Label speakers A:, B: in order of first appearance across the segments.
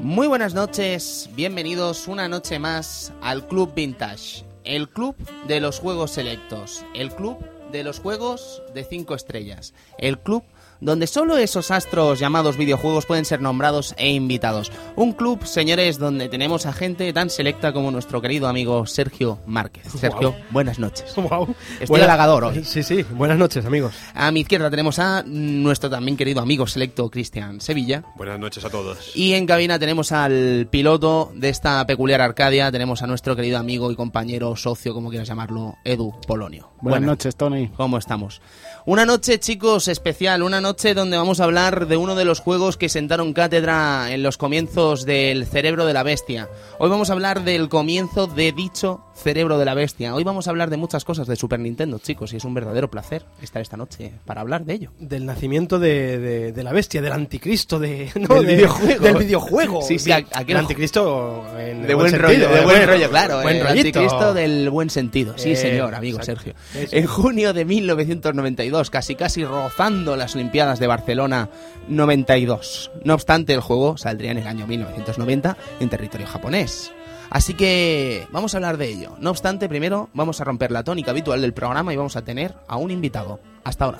A: Muy buenas noches, bienvenidos una noche más al Club Vintage, el club de los juegos selectos, el club de los juegos de 5 estrellas, el club donde solo esos astros llamados videojuegos pueden ser nombrados e invitados. Un club, señores, donde tenemos a gente tan selecta como nuestro querido amigo Sergio Márquez. Sergio,
B: Guau.
A: buenas noches.
B: Wow.
A: Estoy halagador hoy.
B: Sí, sí. Buenas noches, amigos.
A: A mi izquierda tenemos a nuestro también querido amigo selecto Cristian Sevilla.
C: Buenas noches a todos.
A: Y en cabina tenemos al piloto de esta peculiar Arcadia, tenemos a nuestro querido amigo y compañero, socio, como quieras llamarlo, Edu Polonio.
D: Buenas noches, Tony.
A: ¿Cómo estamos? Una noche, chicos, especial, una noche donde vamos a hablar de uno de los juegos que sentaron cátedra en los comienzos del Cerebro de la Bestia. Hoy vamos a hablar del comienzo de dicho Cerebro de la Bestia. Hoy vamos a hablar de muchas cosas de Super Nintendo, chicos, y es un verdadero placer estar esta noche para hablar de ello.
B: Del nacimiento de, de- de la bestia, del anticristo, de, no,
A: Del
B: de-
A: videojuego.
B: Del videojuego.
A: Sí, sí, a- aquel-
B: El anticristo en
A: De
B: el
A: buen, rollo,
B: sentido,
A: de
B: eh,
A: buen rollo, claro.
B: Buen
A: eh, el
B: rollito.
A: anticristo del buen sentido. Sí,
B: Eh,
A: señor, amigo
B: exacto.
A: Sergio.
B: Eso.
A: En junio de 1992, casi casi rozando las Olimpiadas de Barcelona 92. No obstante, el juego saldría en el año 1990 en territorio japonés. Así que vamos a hablar de ello. No obstante, primero vamos a romper la tónica habitual del programa y vamos a tener a un invitado. Hasta ahora.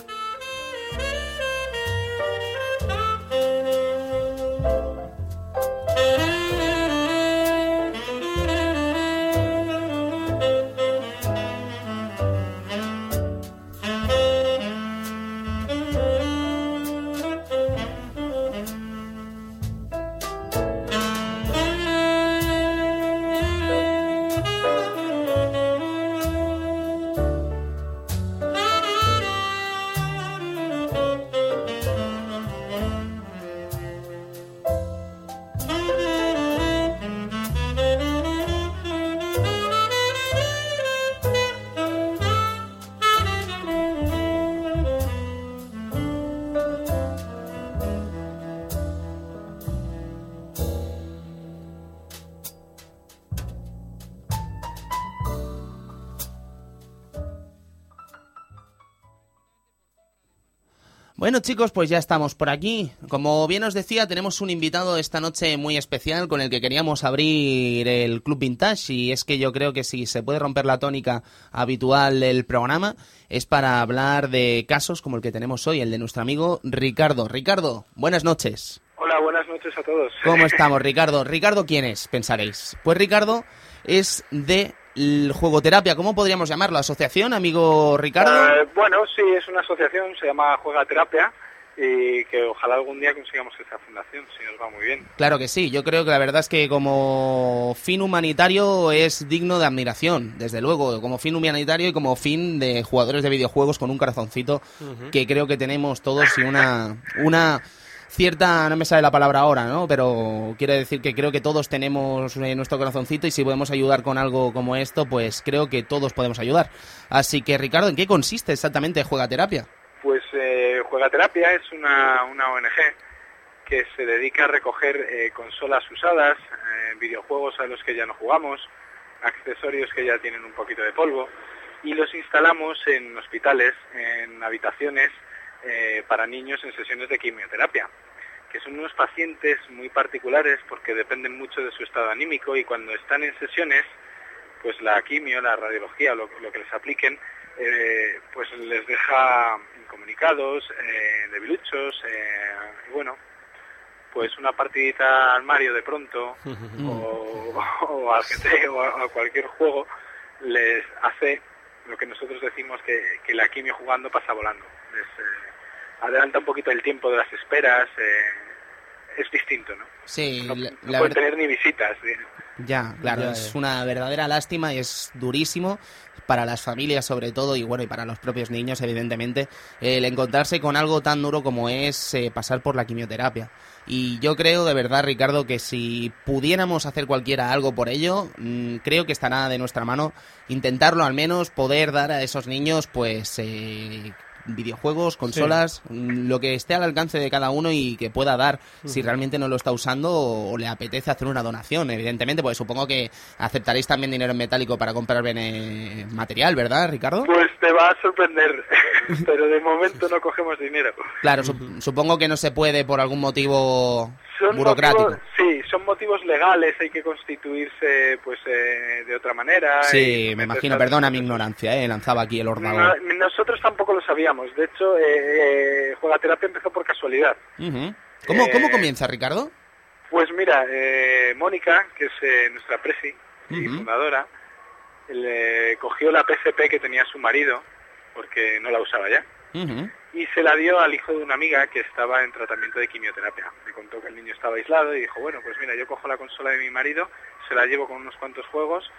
A: Bueno chicos, pues ya estamos por aquí. Como bien os decía, tenemos un invitado esta noche muy especial con el que queríamos abrir el Club Vintage y es que yo creo que si se puede romper la tónica habitual del programa es para hablar de casos como el que tenemos hoy, el de nuestro amigo Ricardo. Ricardo, buenas noches.
E: Hola, buenas noches a todos. Eh,
A: ¿Cómo estamos, Ricardo? Ricardo, ¿quién es? Pensaréis. Pues Ricardo es de l- Juegoterapia, ¿cómo podríamos llamarlo? ¿Asociación, amigo Ricardo?
E: Eh, bueno, sí, es una asociación, se llama Juega Terapia y que ojalá algún día consigamos esa fundación, si nos va muy bien.
A: Claro que sí, yo creo que la verdad es que como fin humanitario es digno de admiración, desde luego, como fin humanitario y como fin de jugadores de videojuegos con un corazoncito que creo que tenemos todos y una, una cierta, no me sale la palabra ahora, ¿no? Pero quiero decir que creo que todos tenemos eh, nuestro corazoncito y si podemos ayudar con algo como esto, pues creo que todos podemos ayudar. Así que Ricardo, ¿en qué consiste exactamente Juega Terapia?
E: Pues eh, Juega Terapia es una, una ONG que se dedica a recoger eh, consolas usadas, eh, videojuegos a los que ya no jugamos, accesorios que ya tienen un poquito de polvo y los instalamos en hospitales, en habitaciones eh, para niños en sesiones de quimioterapia. que son unos pacientes muy particulares porque dependen mucho de su estado anímico y cuando están en sesiones, pues la quimio, la radiología, lo, lo que les apliquen, eh, pues les deja incomunicados, eh, debiluchos, eh, y bueno, pues una partidita al Mario de pronto
A: Mm.
E: o, o al GT o a, a cualquier juego les hace lo que nosotros decimos que, que la quimio jugando pasa volando. Les, eh, adelanta un poquito el tiempo de las esperas, eh, es distinto, ¿no?
A: Sí,
E: No,
A: la-
E: no
A: la
E: pueden
A: verdad...
E: tener ni visitas. eh.
A: Ya, claro,
B: Ya,
A: es
B: ya.
A: una verdadera lástima y es durísimo para las familias sobre todo y bueno, y para los propios niños evidentemente, el encontrarse con algo tan duro como es eh, pasar por la quimioterapia. Y yo creo de verdad, Ricardo, que si pudiéramos hacer cualquiera algo por ello, mm, creo que estará de nuestra mano intentarlo al menos, poder dar a esos niños pues... eh, videojuegos, consolas, mm, lo que esté al alcance de cada uno y que pueda dar si realmente no lo está usando o, o le apetece hacer una donación, evidentemente, porque supongo que aceptaréis también dinero en metálico para comprar bene- material, ¿verdad, Ricardo?
E: Pues te va a sorprender. pero de momento no cogemos dinero.
A: Claro, sup- supongo que no se puede por algún motivo
E: Son
A: burocrático.
E: motivos- sí, son motivos legales, hay que constituirse pues eh, de otra manera.
A: Sí,
E: y
A: me imagino,
E: meterse-
A: perdona mi ignorancia, eh, lanzaba aquí el
E: No,
A: ordenador.
E: nosotros tampoco lo sabíamos. De hecho, eh, eh, Juegaterapia empezó por casualidad.
A: Ujú. ¿Cómo,
E: Eh,
A: ¿Cómo comienza, Ricardo?
E: Pues mira, eh, Mónica, que es eh, nuestra presi y
A: Ujú.
E: fundadora, le cogió la PCP que tenía su marido, porque no la usaba ya,
A: Ujú.
E: y se la dio al hijo de una amiga que estaba en tratamiento de quimioterapia. Me contó que el niño estaba aislado y dijo, bueno, pues mira, yo cojo la consola de mi marido, se la llevo con unos cuantos juegos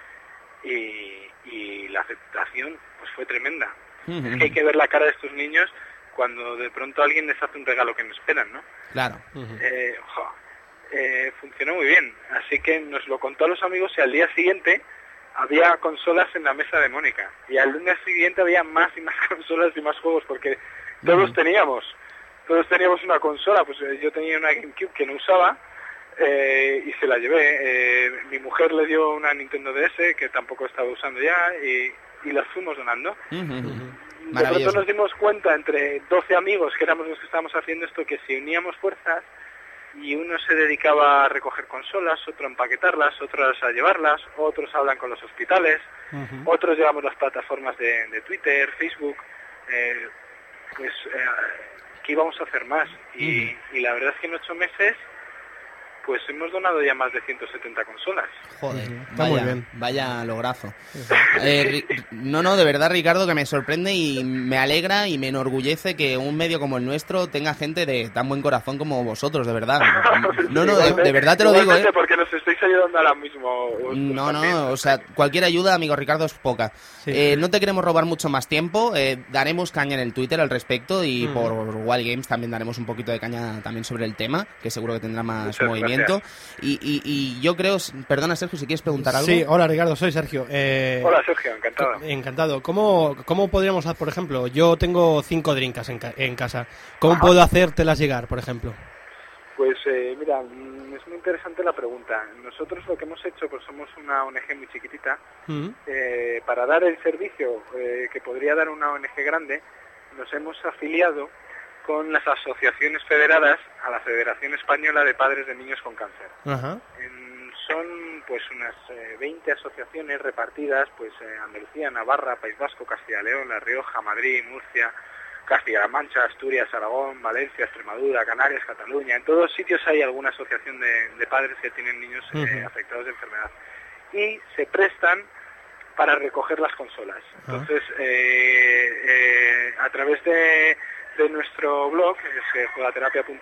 E: y, y la aceptación pues fue tremenda.
A: Ujú.
E: Es que hay que ver la cara de estos niños cuando de pronto alguien les hace un regalo que no esperan, ¿no?
A: Claro.
E: Eh, jo, eh, funcionó muy bien. Así que nos lo contó a los amigos y al día siguiente había consolas en la mesa de Mónica. Y al lunes siguiente había más y más consolas y más juegos porque todos
A: Ujú.
E: teníamos. Todos teníamos una consola, pues eh, yo tenía una GameCube que no usaba eh, y se la llevé. Eh, mi mujer le dio una Nintendo DS que tampoco estaba usando ya y, y las fuimos donando.
A: Ujú.
E: De pronto
A: Maravilloso.
E: nos dimos cuenta entre 12 amigos que éramos los que estábamos haciendo esto que si uníamos fuerzas y uno se dedicaba a recoger consolas, otro a empaquetarlas, otros a llevarlas, otros hablan con los hospitales,
B: Ujú.
E: otros llevamos las plataformas de, de Twitter, Facebook, eh, pues eh, ¿qué íbamos a hacer más? Y, y la verdad es que en ocho meses pues hemos donado ya más de 170 consolas.
A: Joder,
B: Ujú. Está
A: vaya,
B: muy bien.
A: vaya lograzo. Eh, Ri- no, no, de verdad, Ricardo, que me sorprende y me alegra y me enorgullece que un medio como el nuestro tenga gente de tan buen corazón como vosotros, de verdad. No, no, de, de verdad te lo digo,
E: Igualmente,
A: ¿eh?
E: Porque nos estáis ayudando ahora mismo. vosotros
A: No, eh,
E: también.
A: no, o sea, cualquier ayuda, amigo Ricardo, es poca.
B: Sí.
A: Eh, no te queremos robar mucho más tiempo, eh, daremos caña en el Twitter al respecto y
B: Mm.
A: por Wild Games también daremos un poquito de caña también sobre el tema, que seguro que tendrá más
E: Muchas
A: movimiento. Y, y- y yo creo, perdona Sergio, si quieres preguntar algo.
B: Sí, hola Ricardo, soy Sergio. Eh,
E: Hola Sergio, encantado.
B: Encantado. ¿Cómo, ¿Cómo podríamos, hacer, por ejemplo, yo tengo cinco drinkas en, ca- en casa? ¿Cómo puedo hacértelas llegar, por ejemplo?
E: Pues eh, mira, mm, es muy interesante la pregunta. Nosotros lo que hemos hecho, pues somos una ONG muy chiquitita,
B: Ujú.
E: eh, para dar el servicio eh, que podría dar una ONG grande, nos hemos afiliado con las asociaciones federadas a la Federación Española de Padres de Niños con Cáncer.
B: Ajá.
E: En- son pues unas eh, 20 asociaciones repartidas, pues eh, Andalucía, Navarra, País Vasco, Castilla y León, La Rioja, Madrid, Murcia, Castilla-La Mancha, Asturias, Aragón, Valencia, Extremadura, Canarias, Cataluña. En todos sitios hay alguna asociación de, de padres que tienen niños eh,
B: Ujú.
E: afectados de enfermedad. Y se prestan para recoger las consolas.
B: Ah.
E: Entonces, eh, eh, a través de, de nuestro blog, que es eh,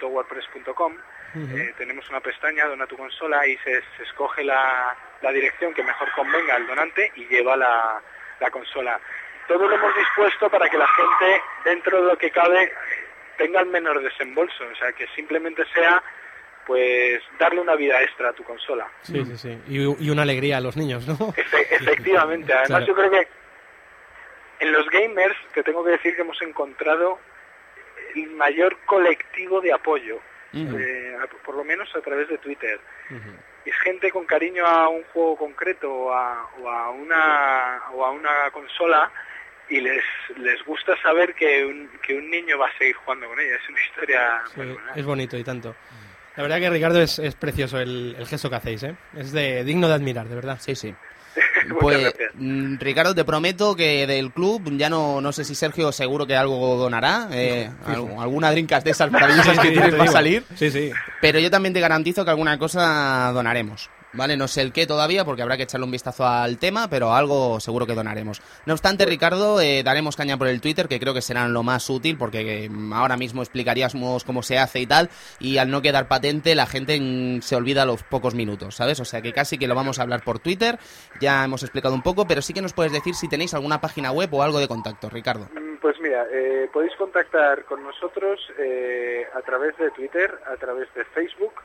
E: juegaterapia.wordpress.com,
B: Ujú.
E: eh, tenemos una pestaña, dona tu consola, y se, se escoge la, la dirección que mejor convenga al donante y lleva la, la consola. Todo lo hemos dispuesto para que la gente, dentro de lo que cabe, tenga el menor desembolso, o sea, que simplemente sea pues darle una vida extra a tu consola.
B: Sí, sí, sí. Y, y una alegría a los niños, ¿no?
E: Efe- efectivamente, además
B: Claro.
E: yo creo que en los gamers te tengo que decir que hemos encontrado el mayor colectivo de apoyo,
A: Ujú.
E: eh, a- por lo menos a través de Twitter.
B: Ujú.
E: es gente con cariño a un juego concreto o a, o a una o a una consola y les les gusta saber que un, que un niño va a seguir jugando con ella es una historia
B: Sí,
E: personal.
B: es bonito y tanto. La verdad que Ricardo es, es precioso el, el gesto que hacéis, ¿eh? Es de, digno de admirar, de verdad.
A: Sí, sí.
E: Muchas
A: Pues
E: gracias.
A: mm, Ricardo, te prometo que del club, ya no, no sé si Sergio seguro que algo donará, eh, algo- alguna drinkas de esas maravillosas que
B: Sí,
A: tienes
B: te
A: va a
B: digo.
A: salir,
B: Sí, sí.
A: pero yo también te garantizo que alguna cosa donaremos. Vale, no sé el qué todavía porque habrá que echarle un vistazo al tema, pero algo seguro que donaremos. No obstante, Ricardo, eh, daremos caña por el Twitter, que creo que serán lo más útil porque eh, ahora mismo explicaríamos cómo se hace y tal, y al no quedar patente la gente mm, se olvida a los pocos minutos, ¿sabes? O sea que casi que lo vamos a hablar por Twitter, ya hemos explicado un poco, pero sí que nos puedes decir si tenéis alguna página web o algo de contacto, Ricardo.
E: Mm, Pues mira, eh, podéis contactar con nosotros eh, a través de Twitter, a través de Facebook,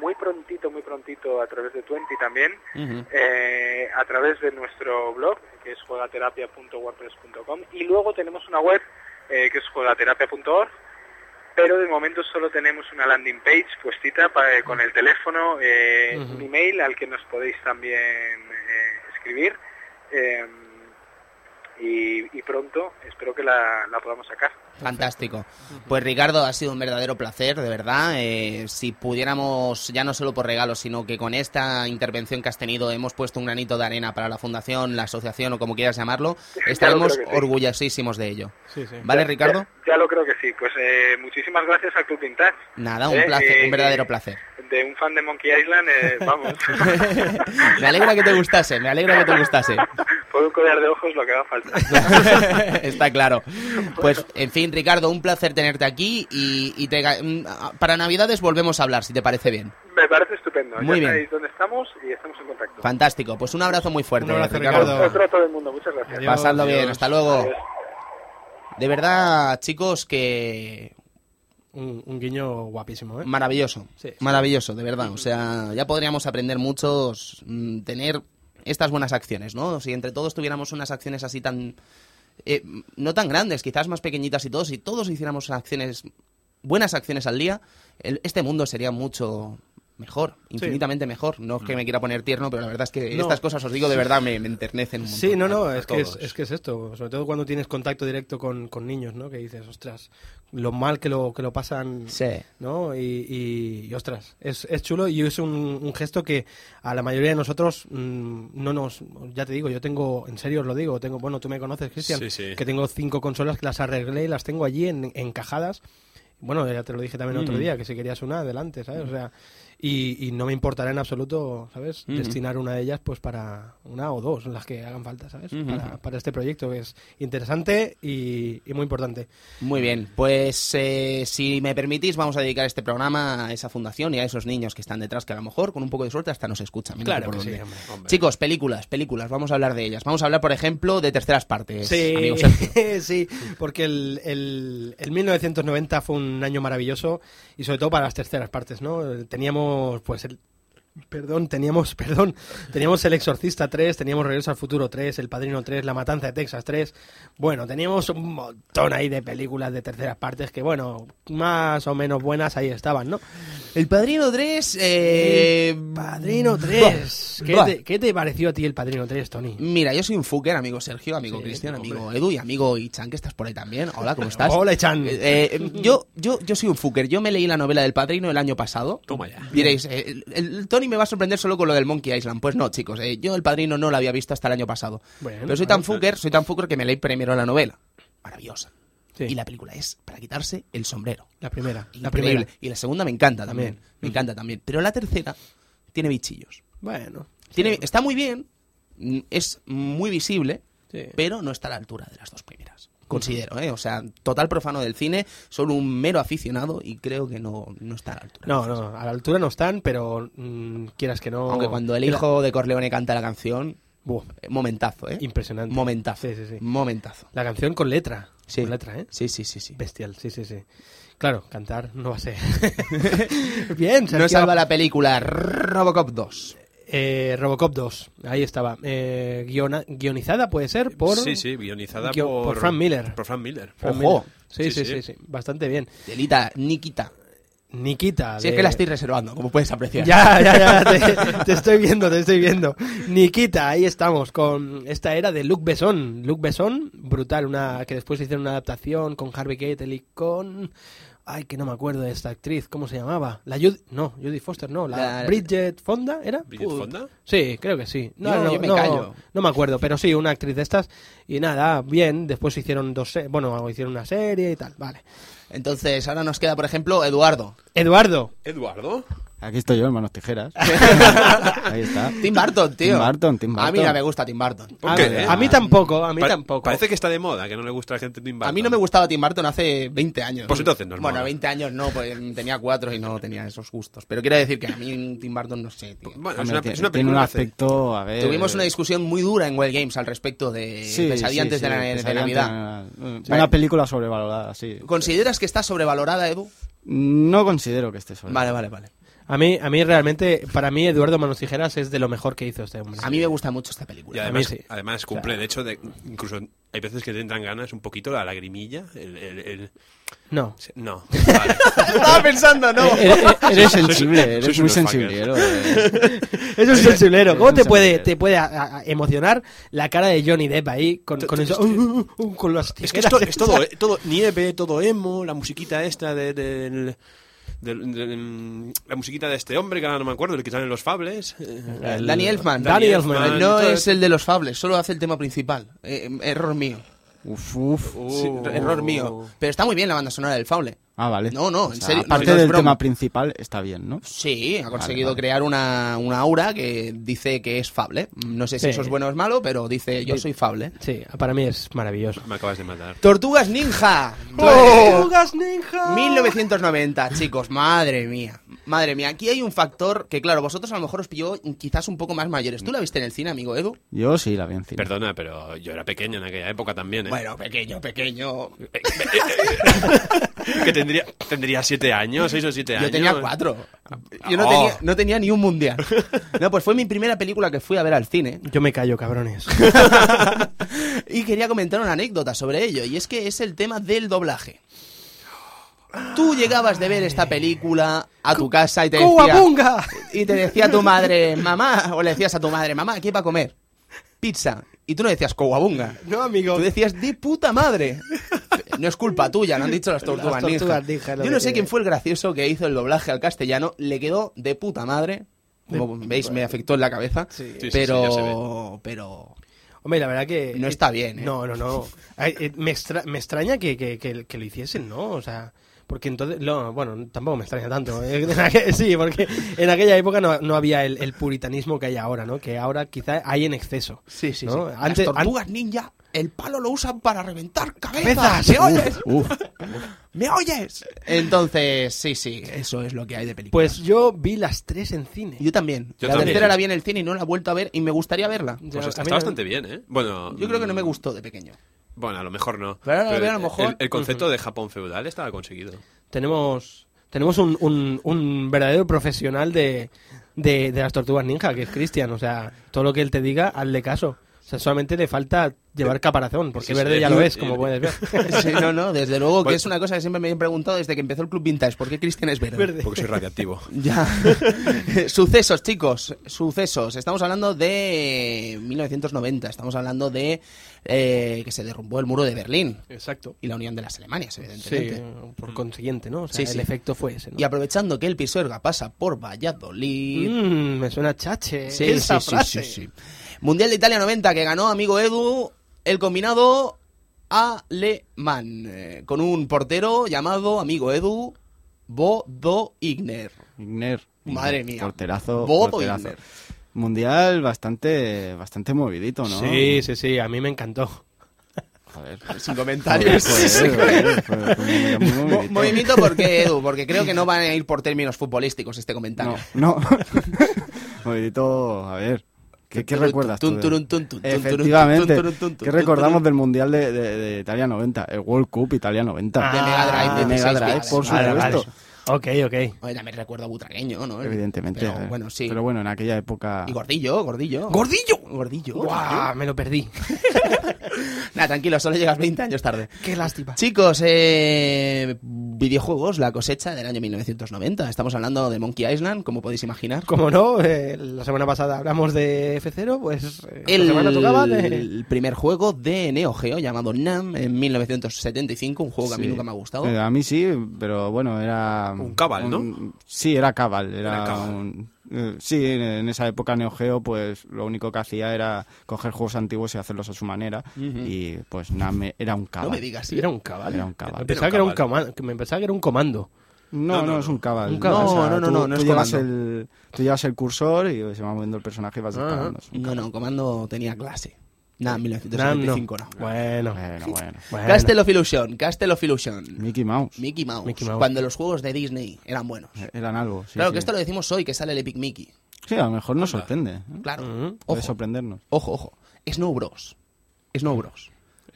E: muy prontito, muy prontito a través de Twenty también,
A: Ujú.
E: eh, a través de nuestro blog, que es juegaterapia.wordpress.com, y luego tenemos una web, eh, que es juegaterapia.org, pero de momento solo tenemos una landing page puestita pa- eh, con el teléfono, eh,
B: Ujú.
E: un email al que nos podéis también eh, escribir. eh, em, y, y pronto espero que la, la podamos sacar.
A: Fantástico. Pues Ricardo, ha sido un verdadero placer, de verdad. Eh, si pudiéramos, ya no solo por regalos, sino que con esta intervención que has tenido hemos puesto un granito de arena para la fundación, la asociación o como quieras llamarlo, estaremos
E: creo que sí. Eh,
A: orgullosísimos de ello.
B: Sí, sí.
A: ¿Vale, Ricardo?
E: Ya, ya lo creo que sí. Pues eh, muchísimas gracias al Club Vintage.
A: Nada, un
E: Eh,
A: placer,
E: eh,
A: un verdadero placer.
E: De un fan de Monkey Island, eh, vamos.
A: me alegra que te gustase, me alegra que te gustase.
E: Por un collar de ojos lo que haga falta.
A: Está claro. Pues, en fin, Ricardo, un placer tenerte aquí y, y te ga- mm, a- para Navidades volvemos a hablar, si te parece bien.
E: Me parece estupendo.
A: Muy
E: ya
A: bien.
E: sabéis dónde estamos y estamos en contacto.
A: Fantástico. Pues un abrazo muy fuerte,
B: Un abrazo,
A: Ricardo.
B: Ricardo.
E: Otro a todo el mundo. Muchas gracias.
B: Adiós.
A: Pasadlo bien,
B: Adiós.
A: hasta luego.
E: Adiós.
A: De verdad, chicos, que
B: Un, un guiño guapísimo, ¿eh?
A: maravilloso.
B: Sí, sí.
A: Maravilloso, de verdad. O sea, ya podríamos aprender muchos, mm, tener estas buenas acciones, ¿no? Si entre todos tuviéramos unas acciones así tan... eh, no tan grandes, quizás más pequeñitas y todo, si todos hiciéramos acciones, buenas acciones al día, el- este mundo sería mucho mejor, infinitamente mejor. No es que me quiera poner tierno, pero la verdad es que
B: No.
A: estas cosas, os digo, de verdad me, me enternecen un montón.
B: Sí, no, no,
A: a- a
B: es que es,
A: todos.
B: es que es esto, sobre todo cuando tienes contacto directo con, con niños, ¿no? Que dices, ostras, lo mal que lo, que lo pasan,
A: Sí.
B: ¿no? Y, y- y, ostras, es, es chulo y es un, un gesto que a la mayoría de nosotros mm, no nos, ya te digo, yo tengo, en serio os lo digo, tengo, bueno, tú me conoces, Cristian,
C: Sí, sí.
B: que tengo cinco consolas que las arreglé y las tengo allí en- encajadas. Bueno, ya te lo dije también
C: Mm.
B: otro día, que si querías una, adelante, ¿sabes? O sea, y, y no me importará en absoluto, ¿sabes? Destinar una de ellas pues para una o dos, las que hagan falta, ¿sabes? para, para este proyecto que es interesante y, y muy importante.
A: Muy bien, pues eh, si me permitís vamos a dedicar este programa a esa fundación y a esos niños que están detrás que a lo mejor con un poco de suerte hasta nos escuchan. mira tú por
B: que sí,
A: dónde.
B: hombre.
A: Chicos, películas, películas, vamos a hablar de ellas. Vamos a hablar, por ejemplo, de terceras partes. amigo Sergio.
B: Sí, sí, porque el, el, el 1990 fue un año maravilloso y sobre todo para las terceras partes, ¿no? Teníamos, pues, el, perdón, teníamos, perdón, teníamos El Exorcista 3, teníamos Regreso al Futuro 3, El Padrino 3, La Matanza de Texas 3. Bueno, teníamos un montón ahí de películas de terceras partes que, bueno, más o menos buenas ahí estaban, ¿no?
A: El Padrino 3... eh,
B: Padrino
A: buah,
B: 3. ¿Qué
A: buah.
B: te, qué te pareció a ti El Padrino 3, Tony?
A: Mira, yo soy un fucker, amigo Sergio, amigo
B: Sí,
A: Cristian,
B: hombre.
A: amigo Edu y amigo Ichan, que estás por ahí también. Hola, ¿cómo estás?
B: Hola, Chan.
A: Eh, eh, yo, yo, yo soy un fucker. Yo me leí la novela del Padrino el año pasado.
C: Toma ya.
A: Diréis, eh, el, el Tony me va a sorprender solo con lo del Monkey Island. Pues no, chicos, eh, yo el Padrino no la había visto hasta el año pasado.
B: Bueno, pues-
A: Pero soy tan fucker, soy tan fucker que me leí primero la novela. Maravillosa.
B: Sí.
A: Y la película es para quitarse el sombrero.
B: La primera, la
A: Increíble.
B: primera.
A: Y la segunda me encanta también.
B: También.
A: Me encanta también. Pero la tercera tiene bichillos.
B: Bueno,
A: Tiene, Está muy bien, mm, es muy visible,
B: Sí.
A: pero no está a la altura de las dos primeras. Considero, ¿eh? O sea, total profano del cine, solo un mero aficionado y creo que no, no está a la altura.
B: No, no, a la altura no están, pero mm, quieras que no.
A: Aunque cuando el
B: Era-
A: hijo de Corleone canta la canción,
B: Buah,
A: eh, momentazo, ¿eh?
B: impresionante.
A: Momentazo.
B: Sí, sí, sí.
A: Momentazo.
B: La canción con letra.
A: Sí.
B: Con letra, ¿eh?
A: Sí, sí, sí, sí.
B: Bestial, sí, sí, sí. Claro, cantar no va a ser. Bien, Sergio.
A: No salva la película Robocop 2.
B: Eh, Robocop 2, ahí estaba. Eh, guiona- guionizada puede ser por.
C: Sí, sí, guionizada
B: guio-
C: por,
B: por Frank Miller.
C: Por Frank Miller.
B: Frank
A: Ojo.
B: Miller. Sí sí sí, sí, Bastante bien.
A: Delita, Nikita.
B: Nikita.
A: Si es
B: de-
A: que la estoy reservando, como puedes apreciar.
B: Ya, ya, ya, te, te estoy viendo, te estoy viendo. Nikita, ahí estamos, con esta era de Luc Besson. Luc Besson, brutal, una que después hicieron una adaptación con Harvey Keitel y con... Ay, que no me acuerdo de esta actriz, ¿cómo se llamaba? La Judy... No, Judy Foster, no, la,
A: La-
B: Bridget Fonda, ¿era?
C: Bridget
B: Put-
C: Fonda.
B: Sí, creo que sí. No,
A: Yo-
B: no,
A: yo me
B: no,
A: callo.
B: no me acuerdo, pero sí, una actriz de estas. Y nada, bien, después hicieron dos... se- Bueno, hicieron una serie y tal, vale.
A: Entonces, ahora nos queda, por ejemplo, Eduardo.
B: Eduardo,
C: Eduardo.
D: Aquí estoy yo, hermanos tijeras. Ahí está.
A: Tim Burton, tío.
D: Tim Burton, Tim
A: A mí no
D: Burton.
A: me gusta Tim Burton.
C: ¿Por
B: a,
C: qué?
B: a mí tampoco, a mí
C: Pa-
B: tampoco.
C: Parece que está de moda, que no le gusta a la gente Tim
A: A mí no
C: Burton.
A: me gustaba Tim Burton hace 20 años.
C: Pues entonces no es
A: Bueno,
C: moda.
A: 20 años no, pues tenía 4 y no tenía esos gustos. Pero quiero decir que a mí Tim Burton no sé, tío.
C: Bueno, es
D: Hombre,
C: una,
D: tiene-
C: es una
D: tiene un
C: película. que hace-
D: aspecto, a ver...
A: Tuvimos una discusión muy dura en Well Games al respecto de
D: Eh, Sí,
A: Pesadilla
D: sí,
A: antes
D: sí,
A: de, la- de
D: Pesadilla antes de
A: Navidad.
D: la- eh,
A: Sí.
D: Una película sobrevalorada, sí.
A: ¿Consideras que está sobrevalorada, Edu?
D: No considero que esté sobrevalorada.
A: Vale, vale, vale.
B: A mí, a mí realmente, para mí Eduardo Manos Tijeras es de lo mejor que hizo este hombre.
A: A mí me gusta mucho esta
C: Y
A: película.
C: además,
B: A mí sí.
C: además cumple, de hecho, de, incluso hay veces que te entran ganas un poquito la lagrimilla. El, el- el-
B: No.
C: No, vale.
A: Estaba pensando, no.
B: Eh, eh,
D: Eres
C: sois-
D: sensible, eres
C: sois
D: muy
C: unos
D: sensible. eh.
B: Es un sensiblero.
D: es
B: ¿Cómo
D: un
B: te puede,
D: sensiblero.
B: te puede a- a- emocionar la cara de Johnny Depp ahí con, con, eso, uh, uh, uh, con las
C: Es que
B: tijeras?
C: es, to- es todo, eh, todo nieve, todo emo, la musiquita esta de, del- del- del, mm, la musiquita de este hombre que ahora no me acuerdo, el que sale en los fables. eh,
A: Eh, Danny Elfman.
C: Danny Elfman.
A: Eh, No
C: Entonces-
A: es el de los fables, solo hace el tema principal. Eh, error mío.
D: Uf, uf.
A: Sí,
D: Uh.
C: Oh.
A: Error mío. Pero está muy bien la banda sonora del fable.
D: Ah, vale.
A: No, no,
D: O
A: en
D: sea,
A: serio,
D: Aparte
A: no es
D: del
A: broma.
D: tema principal, está bien, ¿no?
A: Sí, ha conseguido
D: vale.
A: crear una, una aura que dice que es fable. No sé si
B: Sí.
A: eso es bueno o es malo, pero dice yo soy fable.
B: Sí, para mí es maravilloso.
C: Me acabas de matar.
A: Tortugas Ninja.
D: Oh.
A: Oh.
B: ¡Tortugas ninja!
A: 1990, chicos, madre mía. Madre mía, aquí hay un factor que, claro, vosotros a lo mejor os pilló quizás un poco más mayores. ¿Tú la viste en el cine, amigo Edu?
D: Yo sí la vi en cine.
C: Perdona, pero yo era pequeño en aquella época también, ¿eh?
A: Bueno, pequeño, pequeño.
C: que tendría, tendría siete años, seis o siete años.
A: Yo tenía cuatro. Yo no,
C: Oh.
A: tenía, no tenía ni un mundial. No, pues fue mi primera película que fui a ver al cine.
B: Yo me callo, cabrones.
A: Y quería comentar una anécdota sobre ello, y es que es el tema del doblaje. Tú llegabas de ver esta película a tu casa y te decía,
B: ¡Cowabunga!
A: y te decía tu madre, mamá, o le decías a tu madre, mamá, ¿qué va a comer? Pizza. Y tú no decías cowabunga.
B: No, amigo.
A: Tú decías, de puta madre. No es culpa tuya, no han dicho las tortugas,
B: Las tortugas
A: ninja.
B: ninja, lo
A: Yo no
B: que
A: sé
B: tiene.
A: quién fue el gracioso que hizo el doblaje al castellano, le quedó de puta madre. Como veis, me afectó en la cabeza.
B: Sí.
C: Sí, sí, sí, ya se
A: pero, pero
B: Hombre, la verdad que...
A: No está bien, ¿eh?
B: No, no, no. Ay, eh, me, extra- me extraña que, que- que- que lo hiciesen, ¿no? O sea... Porque entonces, no, bueno, tampoco me extraña tanto. ¿eh? En aqu- Sí, porque en aquella época no, no había el, el puritanismo que hay ahora, ¿no? Que ahora quizá hay en exceso.
A: Sí, sí,
B: ¿no?
A: sí.
B: Antes,
A: Las
B: an-
A: tortugas ninja, el palo lo usan para reventar cabezas.
B: Cabezas.
A: ¿Me oyes?
D: Uf,
A: ¿Me oyes? Entonces, sí, sí, eso es lo que hay de película.
B: Pues yo vi las tres en cine.
A: yo también.
C: Yo
A: la
C: también.
A: tercera la vi en el cine y no la he vuelto a ver y me gustaría verla.
C: Pues
B: Ya,
C: está,
B: a mí
C: está
B: no-
C: bastante bien, ¿eh? Bueno,
A: Yo creo que no me
C: mm,
A: gustó de pequeño.
C: Bueno, a lo mejor no.
A: Pero ahora lo veo, a lo
C: el-
A: mejor-
C: El, el concepto de Japón feudal estaba conseguido.
B: Tenemos, tenemos un, un- un verdadero profesional de, de, de las tortugas ninja, que es Cristian. O sea, todo lo que él te diga, hazle caso. O sea, solamente le falta
A: Eh,
B: llevar caparazón, porque
C: Sí, sí,
B: verde
C: sí.
B: ya lo es,
C: Sí,
B: como
C: sí.
B: puedes ver.
A: Sí, no, no, desde luego que
C: Pues-
A: es una cosa que siempre me he preguntado desde que empezó el Club Vintage. ¿Por qué Cristian es verde?
B: Verde.
C: Porque soy radiactivo.
A: Ya. sucesos, chicos, sucesos. Estamos hablando de 1990, estamos hablando de eh, que se derrumbó el muro de Berlín
B: Exacto.
A: y la unión de las Alemanias,
B: Sí,
A: evidentemente.
B: por consiguiente, ¿no? O sea,
A: Sí,
B: el
A: sí.
B: efecto fue ese, ¿no?
A: Y aprovechando que el Pisuerga pasa por Valladolid.
B: Mm, me suena chache.
A: Sí,
B: esa
A: sí, sí,
B: frase.
A: sí, sí. Mundial de Italia 90 que ganó amigo Edu el combinado alemán eh, con un portero llamado amigo Edu Bodo Igner.
D: Igner.
A: Madre mía.
D: Porterazo.
A: Bodo
D: porterazo.
A: Igner.
D: Mundial bastante, bastante movidito, ¿no?
B: Sí, sí, sí, a mí me encantó.
D: Joder.
A: Sin comentarios.
D: Joder, joder, joder, joder, muy
A: ¿eh? Mo-
D: movidito.
A: movimiento porque Edu, porque creo que no van a ir por términos futbolísticos este comentario.
D: No, no. movidito, a ver. ¿Qué, qué
A: Tun,
D: recuerdas tú?
A: tun,
D: de-
A: tun, tun, tun, tun, tun,
D: Efectivamente.
A: tun, tun, tun,
D: ¿Qué
A: tun, tun,
D: recordamos
A: tun?
D: del Mundial de, de- de Italia 90? El World Cup Italia 90.
A: Ah, De Mega Drive, 16
D: De Mega Drive,
A: bits.
D: por
A: Vale, vale.
D: supuesto.
B: Ok, ok.
A: Oye, también recuerdo a Butragueño, ¿no?
D: Evidentemente.
A: Pero
D: a ver.
A: bueno, sí.
D: Pero bueno, en aquella época.
A: Y Gordillo, Gordillo. ¡Gordillo! Gordillo.
B: ¡Guau! Me lo perdí.
A: Nada, tranquilo, solo llegas 20 años tarde.
B: Qué lástima.
A: Chicos, eh, videojuegos, la cosecha del año 1990. Estamos hablando de Monkey Island, como podéis imaginar.
B: Como no, eh, la semana pasada hablamos de F0, pues eh, esta
A: El,
B: semana tocaba de...
A: el primer juego de Neo Geo llamado NAM en 1975, un juego que a mí
D: Sí.
A: nunca me ha gustado.
D: Eh, a mí sí, pero bueno, era...
C: Un Cabal,
D: un- Sí, era Cabal. Era,
C: Era Cabal.
D: un- eh, sí, en- en esa época Neo Geo, pues lo único que hacía era coger juegos antiguos y hacerlos a su manera. Y pues Name era un Cabal.
A: no me digas.
B: Era un cabal.
D: Era un cabal.
B: Me pensaba, que era un cabal. que me pensaba que era un comando.
D: No,
C: No,
D: no,
C: no,
D: es un Cabal.
B: Un Cabal.
D: O sea,
A: No, no, no,
D: tú-
A: no, no
D: tú
A: es
D: llevas
A: comando.
D: el Tú llevas el cursor y se va moviendo el personaje y vas
A: Ah,
B: Ajá.
D: disparando. Es un
A: No, no, Comando tenía clase. NAM
B: Nah, no.
A: 1975, no. este
B: Bueno.
D: Cabal. Bueno, bueno.
B: bueno.
A: Castle of Illusion, Castle of Illusion.
D: Mickey Mouse. eh,
A: Mickey Mouse,
B: Mickey Mouse.
A: Cuando los juegos de Disney eran buenos.
D: Eran algo. Sí,
A: claro
D: sí.
A: que esto lo decimos hoy, que sale el Epic Mickey.
D: Sí, a lo mejor nos sorprende. ¿eh?
B: Mm-hmm.
A: Claro.
B: Ujú.
D: Puede
A: Ojo,
D: sorprendernos.
A: ojo, ojo. Snow Bros. Snow Bros.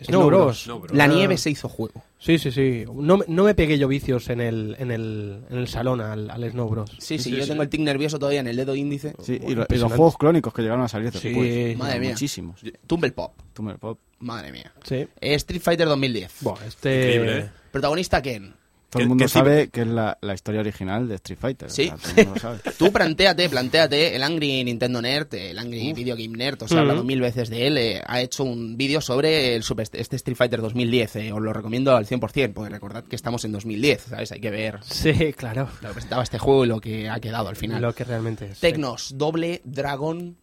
B: Snow Bros.
C: No, bro.
A: La nieve se hizo juego.
B: Sí, sí, sí. No, me- no me pegué yo vicios en el, en el, en el salón al, al Snow Bros.
A: Sí, sí, yo tengo el tic nervioso todavía en el dedo índice.
D: Sí, y,
B: Bueno,
D: lo- y los
B: impresionante.
D: juegos clónicos que llegaron a salir
B: Sí.
D: después.
A: Madre mía.
D: Muchísimos.
A: Tumble Pop.
D: Tumblr Pop.
A: Madre mía.
B: Sí.
A: Eh, Street Fighter 2010.
B: Bueno, este...
C: Increíble, ¿eh?
A: Protagonista Ken.
D: Todo el
C: Que-
D: mundo
C: que sí-
D: sabe que es la, la historia original de Street Fighter. o
A: Sí.
D: sea, todo el mundo lo sabe.
A: Tú planteate, planteate el Angry Nintendo Nerd, el Angry Video Game Nerd, os he hablado
B: Ujú.
A: mil veces de él, eh, ha hecho un vídeo sobre el Super- este Street Fighter 2010, eh, os lo recomiendo al 100%, porque recordad que estamos en 2010, ¿sabes? Hay que ver
B: Sí, claro.
A: lo que presentaba este juego y lo que ha quedado al final.
B: Lo que realmente es.
A: Tecnos, doble Dragon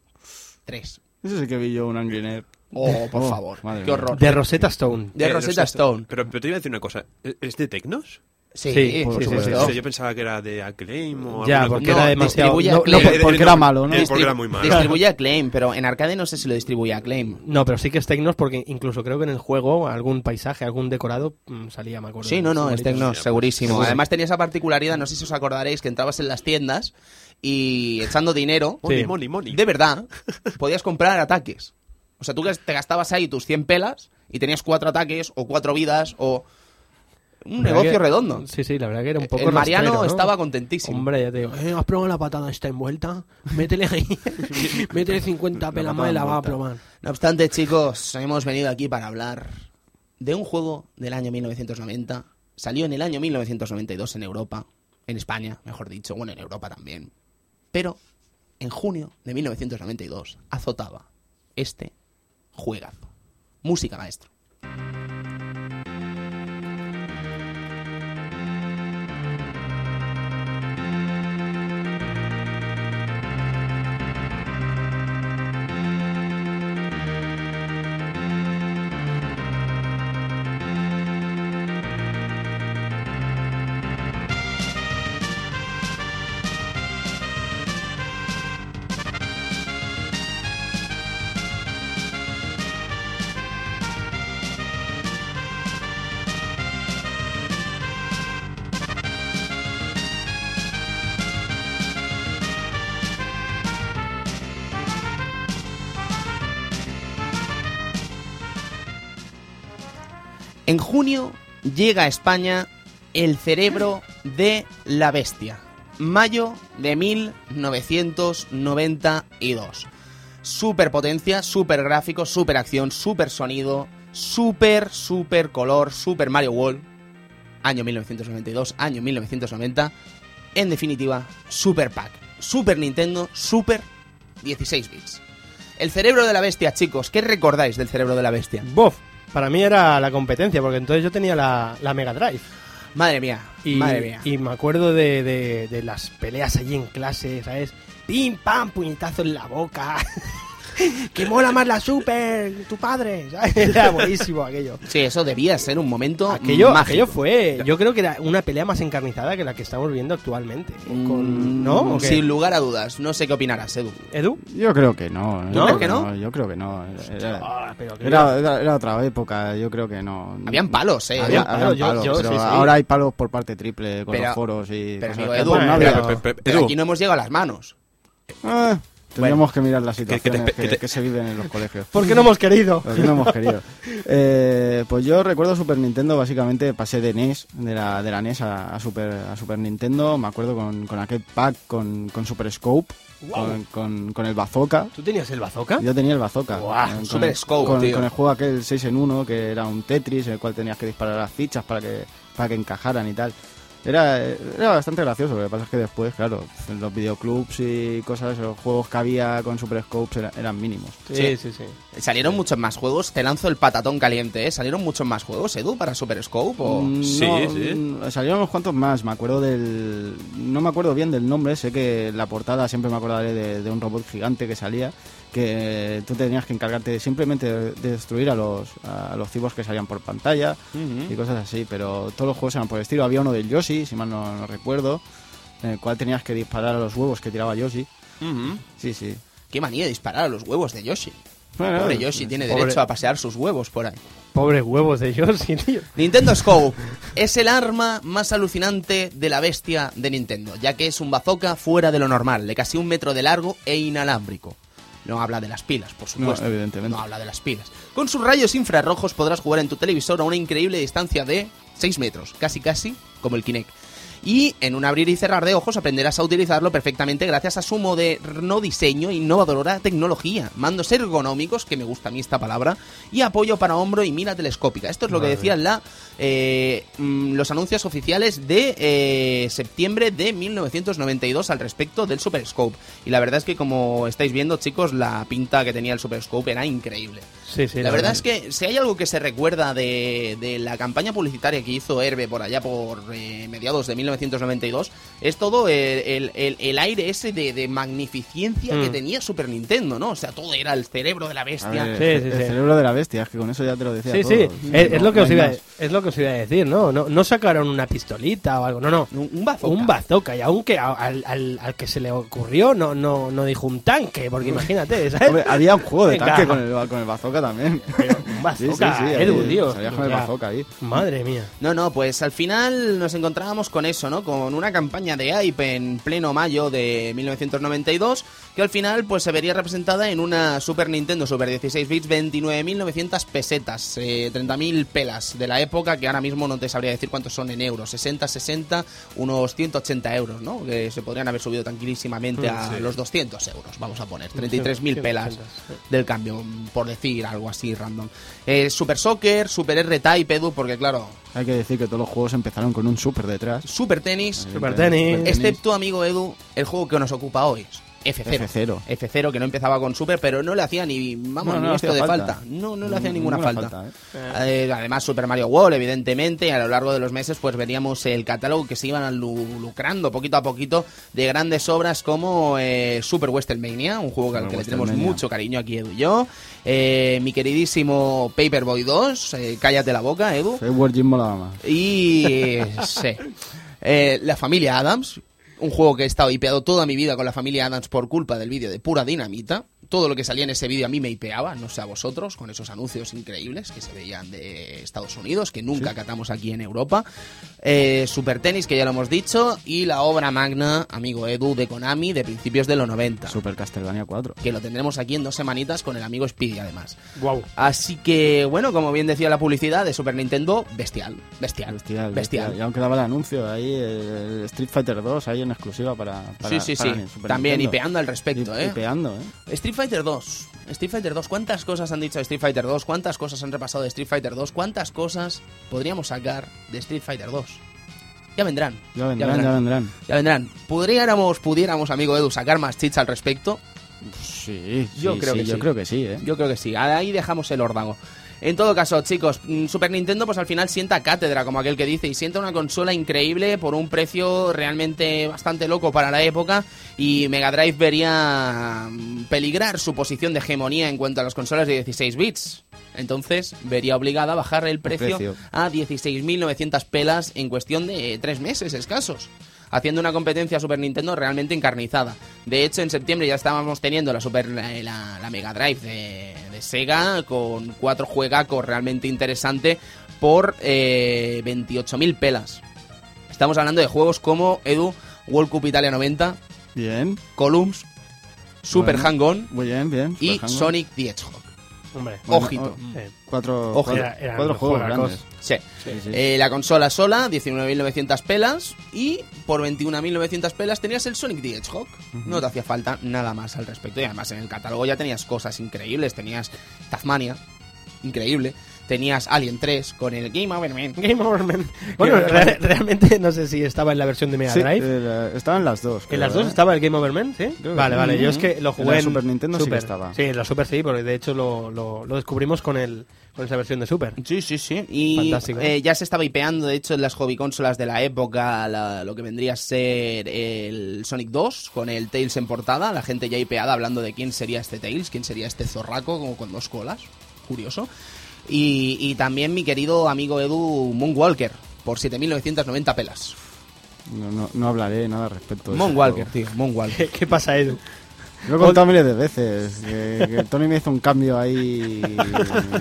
A: 3.
D: Eso sí que vi yo un Angry Nerd.
A: Oh, por
D: Oh,
A: favor,
D: madre
A: qué
D: mía.
A: horror.
B: De Rosetta Stone.
A: De
C: Eh,
A: Rosetta Stone.
C: Pero, pero te iba a decir una cosa. ¿Es- ¿Es de Tecnos?
A: Sí,
B: Sí,
A: por
D: sí, sí,
A: supuesto.
D: No.
C: Sí, Yo pensaba que era de Acclaim o
B: Ya,
C: alguna
B: porque
A: No,
B: era demasiado...
A: distribuye
B: No,
A: Acclaim.
D: por- porque era malo, ¿no?
C: Eh, porque era muy malo.
A: Distribuye Acclaim, pero en arcade no sé si lo distribuye Acclaim.
B: no, pero sí que es Tecnos porque incluso creo que en el juego algún paisaje, algún decorado mm, salía, me acuerdo.
A: Sí, no, no,
B: Bonito.
A: es Tecnos,
C: sí,
A: segurísimo.
B: seguro.
A: Además tenía esa particularidad, no sé si os acordaréis, que entrabas en las tiendas y echando dinero,
C: Money,
B: Sí.
C: money, money.
A: de verdad, podías comprar ataques. O sea, tú que te gastabas ahí tus 100 pelas y tenías cuatro ataques o cuatro vidas o un
B: La verdad
A: negocio
B: que-
A: redondo.
B: Sí, sí, la verdad que era un poco
A: el Mariano
B: rastrero, ¿no?
A: estaba contentísimo.
B: Hombre, ya te digo, eh, has probado la patada esta envuelta, métele ahí, métele 50 pelas más y la vas a probar.
A: No obstante, chicos, hemos venido aquí para hablar de un juego del año 1990. Salió en el año 1992 en Europa, en España, mejor dicho, bueno, en Europa también. Pero en junio de 1992 azotaba este juegazo. Música, maestro. En junio llega a España el cerebro de la bestia. Mayo de 1992. Super potencia, super gráfico, super acción, super sonido, super, super color, super Mario World. Año 1992, año 1990. En definitiva, Super Pack. Super Nintendo, Super 16 bits. El cerebro de la bestia, chicos. ¿Qué recordáis del cerebro de la bestia?
B: Bof, para mí era la competencia, porque entonces yo tenía la, la Mega Drive.
A: Madre mía,
B: Y,
A: madre mía.
B: y me acuerdo de, de- de las peleas allí en clase, ¿sabes? Pim, pam, puñetazo en la boca. que mola más la super, tu padre, ¿sabes? Era buenísimo aquello.
A: Sí, eso debía ser un momento
B: Aquello,
A: mágico.
B: aquello fue, yo creo que era una pelea más encarnizada que la que estamos viendo actualmente. Con,
A: Mm,
B: ¿No? ¿O qué?
A: Sin lugar a dudas. No sé qué opinarás, Edu.
B: ¿Edu?
D: Yo creo que no.
A: ¿Tú crees que no?
D: Yo creo que no. Era,
B: Ah, pero que-
D: era- era- era otra época, yo creo que no.
A: Habían palos, eh.
D: Había-
B: Habían
D: habían
B: palos, yo-
D: palos,
B: yo-
D: pero
B: sí, sí.
D: ahora hay palos por parte triple con
A: Pero-
D: los foros y.
A: pero,
B: Pues
D: cosas
A: amigo,
D: que
A: Edu,
D: antes no
B: pero-
D: había.
C: Pe- pe- pe-
A: Pero
C: Edu,
A: aquí no hemos llegado a las manos.
D: Ah, tendríamos que mirar las
C: que- que te-
D: situaciones que,
C: que te-
D: que se viven en los colegios.
B: ¿Por qué no hemos querido?
D: Lo que Pues no hemos querido. Eh, pues yo recuerdo Super Nintendo, básicamente pasé de NES, de la, de la NES a, a Super, a Super Nintendo. Me acuerdo con, con aquel pack con, con Super Scope, con, con- con el Bazooka.
B: ¿Tú tenías el bazooka?
D: Yo tenía el Bazooka.
B: Guau,
D: Con- con
A: Super
D: el-
A: Scope,
D: con,
A: tío.
D: con el juego aquel 6 en 1, que era un Tetris, en el cual tenías que disparar las fichas para que, para que encajaran y tal. Era, era bastante gracioso, lo que pasa es que después, claro, en los videoclubs y cosas, los juegos que había con Super Scopes era- eran mínimos.
B: Sí, sí, sí.
A: Salieron muchos más juegos. Te lanzo el patatón caliente, ¿eh? ¿Salieron muchos más juegos, Edu, para Super Scope? O...
D: Mm,
C: Sí,
D: no,
C: sí.
D: mm, Salieron unos cuantos más. Me acuerdo del. No me acuerdo bien del nombre. Sé que la portada siempre me acordaré de, de un robot gigante que salía. Que tú tenías que encargarte simplemente de de destruir a los, a los cibos que salían por pantalla y cosas así. Pero todos los juegos eran por el estilo. Había uno del Yoshi, si mal no, no recuerdo. En el cual tenías que disparar a los huevos que tiraba Yoshi.
B: Mm.
C: Ujú.
D: Sí, sí.
A: Qué manía de disparar a los huevos de Yoshi.
D: Bueno,
A: Pobre Yoshi tiene
B: pobre.
A: derecho a pasear sus huevos por ahí.
B: Pobres huevos de Yoshi, tío.
A: Nintendo Scope es el arma más alucinante de la bestia de Nintendo, ya que es un bazooka fuera de lo normal, de casi un metro de largo e inalámbrico. No habla de las pilas, por supuesto.
D: No, evidentemente.
A: No habla de las pilas. Con sus rayos infrarrojos podrás jugar en tu televisor a una increíble distancia de 6 metros, casi casi como el Kinect. Y en un abrir y cerrar de ojos aprenderás a utilizarlo perfectamente gracias a su moderno diseño e innovadora tecnología, mandos ergonómicos, que me gusta a mí esta palabra, y apoyo para hombro y mira telescópica. Esto es lo que decían la, eh, mm, los anuncios oficiales de eh, septiembre de 1992 al respecto del Super Scope. Y la verdad es que como estáis viendo chicos, la pinta que tenía el Super Scope era increíble.
B: Sí, sí,
A: La verdad es que si hay algo que se recuerda de, de la campaña publicitaria que hizo Herbe por allá por eh, mediados de 1992, es todo el, el- el- el aire ese de, de magnificencia que tenía Super Nintendo, ¿no? O sea, todo era el cerebro de la
D: A
A: bestia.
D: ver,
B: Sí,
D: el,
B: sí,
D: el
B: sí.
D: cerebro de la bestia, es que con eso ya te lo decía
B: Sí,
D: todo.
B: sí, es,
D: No,
B: es lo que
D: no
B: os
D: hay
B: iba, a-
D: más.
B: es lo que os iba a decir, ¿no? No, no sacaron una pistolita o algo, no, no.
A: Un, un bazooka.
B: Un bazooka, y aunque a- al, al- al que se le ocurrió no, no, no dijo un tanque, porque imagínate, ¿sabes?
D: Hombre, había un juego de
B: Venga.
D: tanque con el, con el bazooka también.
B: Un
D: Sí, sí,
B: bazooka,
A: eh,
D: sí,
B: Edu,
D: ahí,
B: tío.
D: salías con el
B: O sea,
D: bazooka ahí.
B: Madre mía.
A: No, no, pues al final nos encontrábamos con eso, ¿no? Con una campaña de hype en pleno mayo de 1992 que al final pues se vería representada en una Super Nintendo Super 16 bits 29.900 pesetas, eh, 30.000 pelas de la época que ahora mismo no te sabría decir cuántos son en euros, 60, 60, unos 180 euros, ¿no? Que se podrían haber subido tranquilísimamente a los 200 euros, vamos a poner, 33.000 pelas del cambio, por decir algo así random. Eh, Super Soccer, Super R-Type, Edu, porque claro,
D: Hay que decir que todos los juegos empezaron con un super detrás.
A: Super Tenis, Este
B: Super tenis.
A: excepto, amigo Edu, el juego que nos ocupa hoy, F0.
D: F0.
A: F0, que no empezaba con Super, pero no le hacía ni, vamos,
D: No, no
A: ni
D: le
A: esto de
D: hacía
A: falta.
D: falta.
A: No, no le hacía
D: Ni-
A: ninguna,
D: ninguna
A: falta.
D: falta,
A: Eh, además, Super Mario World, evidentemente, a lo largo de los meses, pues veríamos el catálogo que se iban lu- lucrando poquito a poquito de grandes obras como eh, Super Westernmania, un juego al
D: Super
A: que le tenemos
D: Westernmania.
A: mucho cariño aquí, Edu y yo. Eh, mi queridísimo Paperboy 2, eh, cállate la boca, Edu.
D: Edward Jim molaba más.
A: Y eh, sí. Eh, la familia Adams, un juego que he estado hipeado toda mi vida con la familia Adams por culpa del vídeo de pura dinamita. Todo lo que salía en ese vídeo a mí me hipeaba, no sé a vosotros, con esos anuncios increíbles que se veían de Estados Unidos, que nunca catamos aquí en Europa. Eh, Super Tenis, que ya lo hemos dicho, y la obra magna, amigo Edu, de Konami, de principios de los 90.
D: Super Castlevania 4.
A: Que lo tendremos aquí en dos semanitas con el amigo Speedy, además.
B: Wow.
A: Así que, bueno, como bien decía la publicidad de Super Nintendo, bestial, bestial, bestial.
D: Y aún quedaba el anuncio ahí, el Street Fighter 2 ahí en exclusiva para. para-
A: sí, sí,
D: para
A: sí.
D: Super
A: También
D: Nintendo.
A: hipeando al respecto,
D: Hi-
A: ¿eh?
D: Hipeando, ¿eh?
A: Street Fighter 2. Street Fighter 2. ¿Cuántas cosas han dicho de Street Fighter 2? ¿Cuántas cosas han repasado de Street Fighter 2? ¿Cuántas cosas podríamos sacar de Street Fighter 2? Ya vendrán.
D: Ya vendrán, ya vendrán.
A: Ya vendrán. Podríamos, pudiéramos, amigo Edu, sacar más chicha al respecto.
D: Sí,
A: Yo
D: sí,
A: creo
D: sí,
A: que
D: yo
A: sí.
D: creo que sí, ¿eh?
A: Yo creo que sí. Ahí dejamos el órdago. En todo caso, chicos, mm, Super Nintendo pues al final sienta cátedra, como aquel que dice, y sienta una consola increíble por un precio realmente bastante loco para la época y Mega Drive vería mm, peligrar su posición de hegemonía en cuanto a las consolas de 16 bits. Entonces, vería obligada a bajar el precio,
D: precio.
A: a 16.900 pelas en cuestión de eh, tres meses escasos haciendo una competencia a Super Nintendo realmente encarnizada. De hecho, en septiembre ya estábamos teniendo la Super eh, la, la Mega Drive de, de Sega con cuatro juegacos realmente interesantes por eh, 28.000 pelas. Estamos hablando de juegos como Edu, World Cup Italia 90,
D: Bien,
A: Columns, Super
D: Bueno.
A: Hang-On
D: muy bien, bien.
A: y
D: Super Hangover.
A: Sonic the Hedgehog.
B: Hombre.
D: Bueno,
A: Ojito.
D: o-
B: Eh,
D: Cuatro,
A: Ojo.
D: cuatro,
B: Era- eran
D: cuatro
B: los
D: juegos
B: juegacos.
D: grandes.
A: Sí.
D: Sí, sí.
A: Eh, la consola sola, 19.900 pelas. Y por 21.900 pelas tenías el Sonic the Hedgehog. No te hacía falta nada más al respecto. Y además en el catálogo ya tenías cosas increíbles. Tenías Tasmania, increíble. Tenías Alien 3 con el Game Over Man.
B: Game Over Man. Bueno, re- realmente no sé si estaba en la versión de Mega
D: Sí,
B: Drive.
D: eh, la- estaban las dos.
B: En
D: creo,
B: las dos
D: ¿eh?
B: estaba el Game Over Man, ¿sí?
D: Creo que
B: Vale,
D: sí.
B: vale. Yo es
D: Ujú.
B: que lo
D: En la
B: jugué en
D: Super Nintendo sí que estaba.
B: Sí, en la Super sí, porque de hecho lo, lo, lo descubrimos con, el, con esa versión de Super.
A: Sí, sí, sí. Y
B: Fantástico.
A: eh, ya se estaba hipeando, de hecho, en las hobby consolas de la época, la- lo que vendría a ser el Sonic 2 con el Tails en portada. La gente ya hipeada hablando de quién sería este Tails, quién sería este zorraco como con dos colas. Curioso. Y, y también mi querido amigo Edu Moonwalker por 7.990 pelas.
D: No, no, no hablaré nada respecto de ese
A: Moonwalker,
D: juego.
A: tío, Moonwalker.
B: ¿Qué, qué pasa, Edu?
D: Lo he contado miles de veces. Que, que Tony me hizo un cambio ahí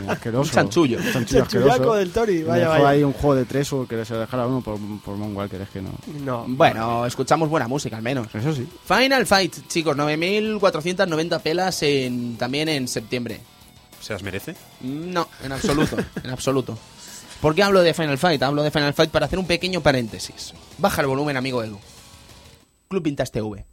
D: asqueroso.
A: Un chanchullo.
D: Un chanchullo
B: Chullaco
D: asqueroso.
B: del Tori,
D: Y me
B: vaya,
D: dejó
B: vaya.
D: ahí un juego de tres o que se lo dejara a uno por, por Monwalker, es que no.
B: No.
A: Bueno, escuchamos buena música al menos.
D: Eso sí.
A: Final Fight, chicos, 9.490 pelas en, también en septiembre.
C: ¿Se las merece?
A: No, en absoluto, en absoluto. ¿Por qué hablo de Final Fight? Hablo de Final Fight para hacer un pequeño paréntesis. Baja el volumen, amigo Edu. Club Pintas TV.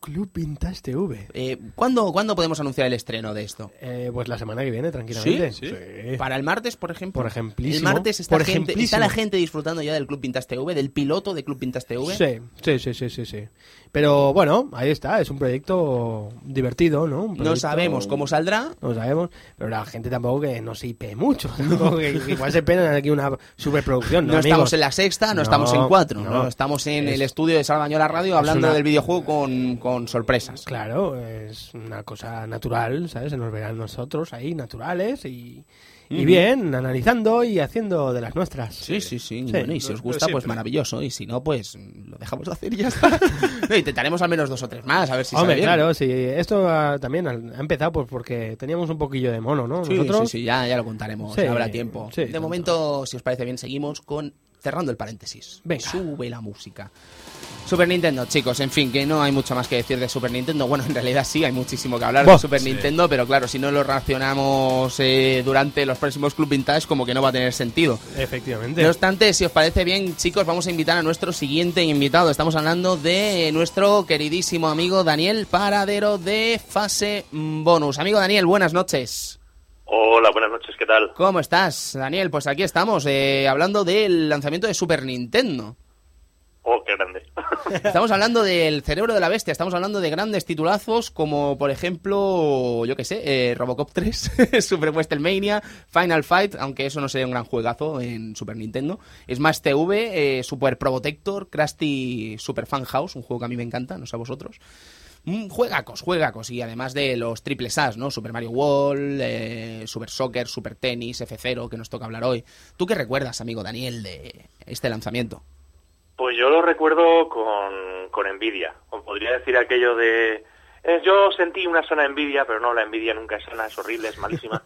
B: Club Vintage TV.
A: Eh, ¿cuándo, ¿Cuándo podemos anunciar el estreno de esto?
B: Eh, pues la semana que viene, tranquilamente.
C: Sí, sí.
A: Para el martes, por ejemplo.
B: Eh, Por ejemplísimo.
A: El martes está,
B: Por
A: gente,
B: ejemplísimo.
A: está la gente disfrutando ya del Club Pintas TV, del piloto de Club Pintas TV.
B: Sí, sí, sí, sí, sí, sí. Pero bueno, ahí está, es un proyecto divertido, ¿no? Un
A: No
B: proyecto-
A: sabemos cómo saldrá.
B: No sabemos, pero la gente tampoco que no se IP mucho. tampoco que- que igual se penan aquí una superproducción,
A: No,
B: ¿no?
A: estamos
B: amigos?
A: en la sexta, no,
B: No,
A: estamos en cuatro.
B: no.
A: No. Estamos en
B: Es-
A: el estudio de Salvañola Radio hablando
B: una-
A: del videojuego con, con sorpresas.
B: Claro, es una cosa natural, ¿sabes? Se nos verán nosotros ahí, naturales y, y bien, analizando y haciendo de las nuestras.
A: Sí, sí, sí.
B: Sí.
A: Bueno, y si os
C: Lo-
A: gusta,
C: lo
A: pues
C: siempre.
A: maravilloso. Y si no, pues lo dejamos de hacer y ya está. No, intentaremos al menos dos o tres más, a ver si sale
B: Hombre,
A: bien.
B: claro, sí. Esto ah, también ha ha empezado pues, porque teníamos un poquillo de mono, ¿no?
A: Sí,
B: Nosotros.
A: sí, sí, ya, ya lo contaremos,
B: Sí,
A: habrá tiempo.
B: sí,
A: de
B: tanto.
A: momento, si os parece bien, seguimos con cerrando el paréntesis.
B: Venga.
A: Sube la música. Super Nintendo, chicos, en fin, que no hay mucho más que decir de Super Nintendo. Bueno, en realidad sí, hay muchísimo que hablar
B: Buah,
A: de Super
C: sí.
A: Nintendo, pero claro, si no lo racionamos eh, durante los próximos Club Vintage, como que no va a tener sentido.
B: Efectivamente.
A: No obstante, si os parece bien, chicos, vamos a invitar a nuestro siguiente invitado. Estamos hablando de nuestro queridísimo amigo Daniel Paradero de Fase Bonus. Amigo Daniel, buenas noches.
F: Hola, buenas noches, ¿qué tal?
A: ¿Cómo estás, Daniel? Pues aquí estamos, eh, hablando del lanzamiento de Super Nintendo.
F: Oh, qué grande.
A: Estamos hablando del cerebro de la bestia, estamos hablando de grandes titulazos como, por ejemplo, yo qué sé, eh, Robocop 3, Super WrestleMania, Final Fight, aunque eso no sería un gran juegazo en Super Nintendo. Es más TV, eh, Super Probotector, Krusty Super Fan House, un juego que a mí me encanta, no sé a vosotros. Mm, juegacos, juegacos, y además de los triples As, ¿no? Super Mario World, eh, Super Soccer, Super Tennis, F0, que nos toca hablar hoy. ¿Tú qué recuerdas, amigo Daniel, de este lanzamiento?
F: Pues yo lo recuerdo con, con envidia. O podría decir aquello de. eh, yo sentí una sana envidia, pero no, la envidia nunca es sana, es horrible, es malísima.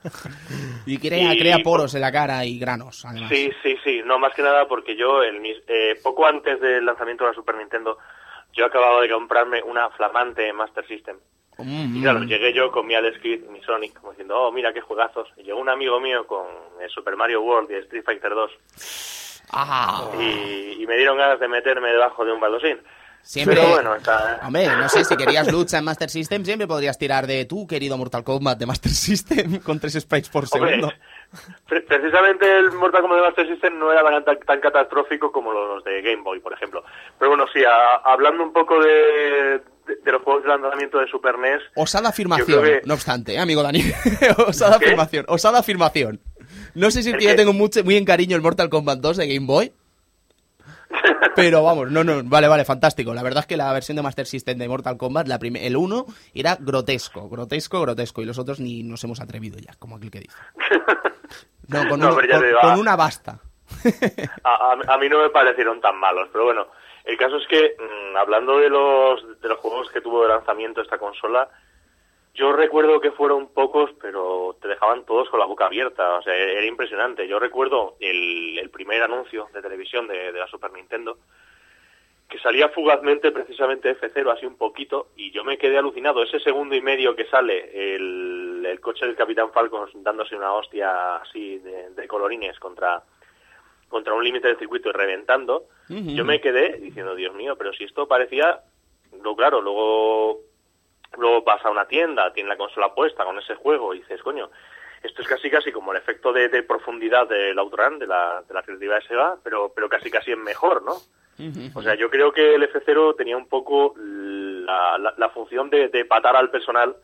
A: Y crea,
F: Y-
A: crea poros en la cara y granos, además.
F: Sí, sí, sí. No, más que nada porque yo, el, mis- eh, poco antes del lanzamiento de la Super Nintendo, yo acababa de comprarme una flamante Master System.
A: Mm,
F: Y
A: mm.
F: claro, llegué yo con mi Alex Kidd y mi Sonic, como diciendo, oh, mira qué jugazos. Y llegó un amigo mío con eh, Super Mario World y Street Fighter 2
A: Ah,
F: y, y me dieron ganas de meterme debajo de un baldosín.
A: siempre.
F: Pero bueno, está... ¿eh?
A: Hombre, no sé, si querías lucha en Master System, siempre podrías tirar de tu querido Mortal Kombat de Master System con tres sprites por
F: Hombre,
A: segundo.
F: pre- precisamente el Mortal Kombat Master System no era tan, tan catastrófico como los de Game Boy, por ejemplo. Pero bueno, sí, a- hablando un poco de, de- de los juegos de lanzamiento de Super E NES,
A: Osada
F: Yo
A: afirmación,
F: creo que-
A: no obstante, ¿eh, amigo Dani. osada
F: ¿Qué?
A: afirmación, osada afirmación. No sé si es
F: ¿El
A: que yo
F: qué?
A: tengo mucho, muy en cariño el Mortal Kombat 2 de Game Boy. Pero vamos, no, no, vale, vale, fantástico. La verdad es que la versión de Master System de Mortal Kombat, la prim- el 1, era grotesco, grotesco, grotesco. Y los otros ni nos hemos atrevido ya, como aquel que dice. No, con,
F: No,
A: uno-
F: pero ya
A: con-
F: te va.
A: con una basta.
F: a, a- a mí no me parecieron tan malos, pero bueno, el caso es que mm, hablando de los, de los juegos que tuvo de lanzamiento esta consola, yo recuerdo que fueron pocos, pero te dejaban todos con la boca abierta, o sea, e- era impresionante. Yo recuerdo el, el primer anuncio de televisión de, de la Super Nintendo, que salía fugazmente precisamente F0, así un poquito, y yo me quedé alucinado. Ese segundo y medio que sale el, el coche del Capitán Falcon dándose una hostia así de- de colorines contra, contra un límite de circuito y reventando, yo me quedé diciendo, Dios mío, pero si esto parecía, no, claro, luego, luego vas a una tienda, tiene la consola puesta con ese juego y dices, coño, esto es casi casi como el efecto de, de profundidad del Outrun, de la, de la creatividad de Sega, pero, pero casi casi es mejor, ¿no? O sea, yo creo que el F0 tenía un poco la, la- la función de, de patar al personal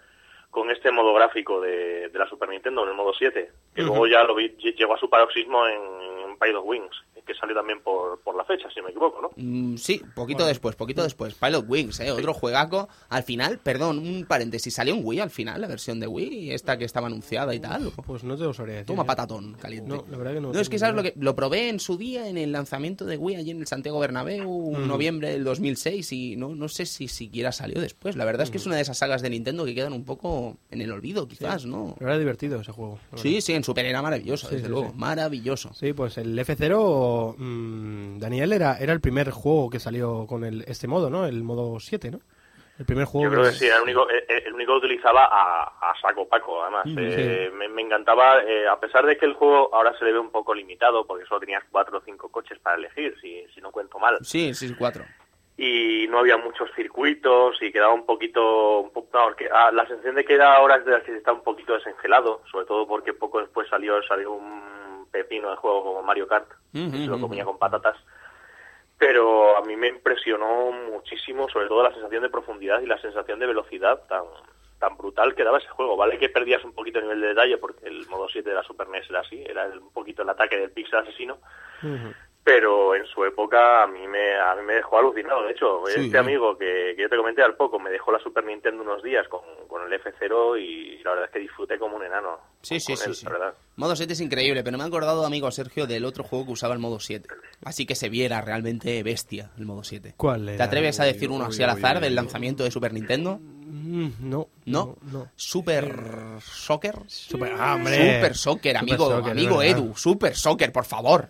F: con este modo gráfico de, de la Super Nintendo, en el modo 7, que luego ya lo vi, lle- llegó a su paroxismo en, Pilot Wings, que salió también por, por la fecha, si no me equivoco, ¿no?
A: Mm, sí, poquito después, poquito después. Pilot Wings, ¿eh? Otro juegaco. Al final, perdón, un paréntesis. ¿Salió un Wii al final, la versión de Wii? Esta que estaba anunciada y tal.
B: Pues no te lo sabría decir.
A: Toma
B: ¿eh?
A: patatón caliente.
B: No, la verdad que no
A: es que
B: tengo
A: sabes lo
B: idea.
A: que lo probé en su día en el lanzamiento de Wii allí en el Santiago Bernabéu
B: Mm.
A: en noviembre del 2006 y no no sé si siquiera salió después. La verdad es
B: Mm.
A: que es una de esas sagas de Nintendo que quedan un poco en el olvido quizás, ¿no?
B: Pero era divertido ese juego. la
A: Sí, sí, en Super era maravilloso,
B: Sí,
A: desde
B: sí,
A: luego,
B: sí.
A: maravilloso.
B: Sí, pues el F0, mm, Daniel, era, era el primer juego que salió con el, este modo, ¿no? El modo 7, ¿no? El primer juego
F: Yo creo que
B: se-
F: sí, era el único, el, el único que utilizaba a, a saco Paco, además. Eh, me, me encantaba, eh, a pesar de que el juego ahora se le ve un poco limitado, porque solo tenías cuatro o cinco coches para elegir, si, si no cuento mal.
A: Sí, sí, cuatro.
F: y no había muchos circuitos y quedaba un poquito, un poco, no, que- ah, la sensación de que da ahora es de las que está un poquito desengelado, sobre todo porque poco después salió, salió un pepino de juego como Mario Kart,
A: Ujú,
F: que se lo
A: ujú.
F: comía con patatas. Pero a mí me impresionó muchísimo, sobre todo la sensación de profundidad y la sensación de velocidad tan, tan brutal que daba ese juego. Vale que perdías un poquito el nivel de detalle porque el modo 7 de la Super NES era así, era el- un poquito el ataque del pixel asesino, pero en su época a mí me, a mí me dejó alucinado. De hecho,
A: Sí,
F: este
A: ¿eh?
F: amigo que, que yo te comenté al poco me dejó la Super Nintendo unos días con, con el F0 y la verdad es que disfruté como un enano.
A: Sí, sí,
F: Pues con
A: sí, sí.
F: él, la verdad.
A: Modo 7 es increíble, pero me ha acordado, amigo Sergio, del otro juego que usaba el modo 7. Así que se viera realmente bestia el modo 7.
B: ¿Cuál
A: ¿Te
B: era?
A: atreves a decir uno
C: uy,
A: así al
C: uy,
A: azar
C: uy,
A: del
C: uy.
A: lanzamiento de Super Nintendo?
B: Mm, no,
A: ¿No?
B: no.
A: ¿Super Soccer?
B: Super, ah, hombre.
A: Super Soccer, amigo,
B: Super Soccer,
A: amigo
B: es verdad.
A: Edu, Super Soccer, por favor.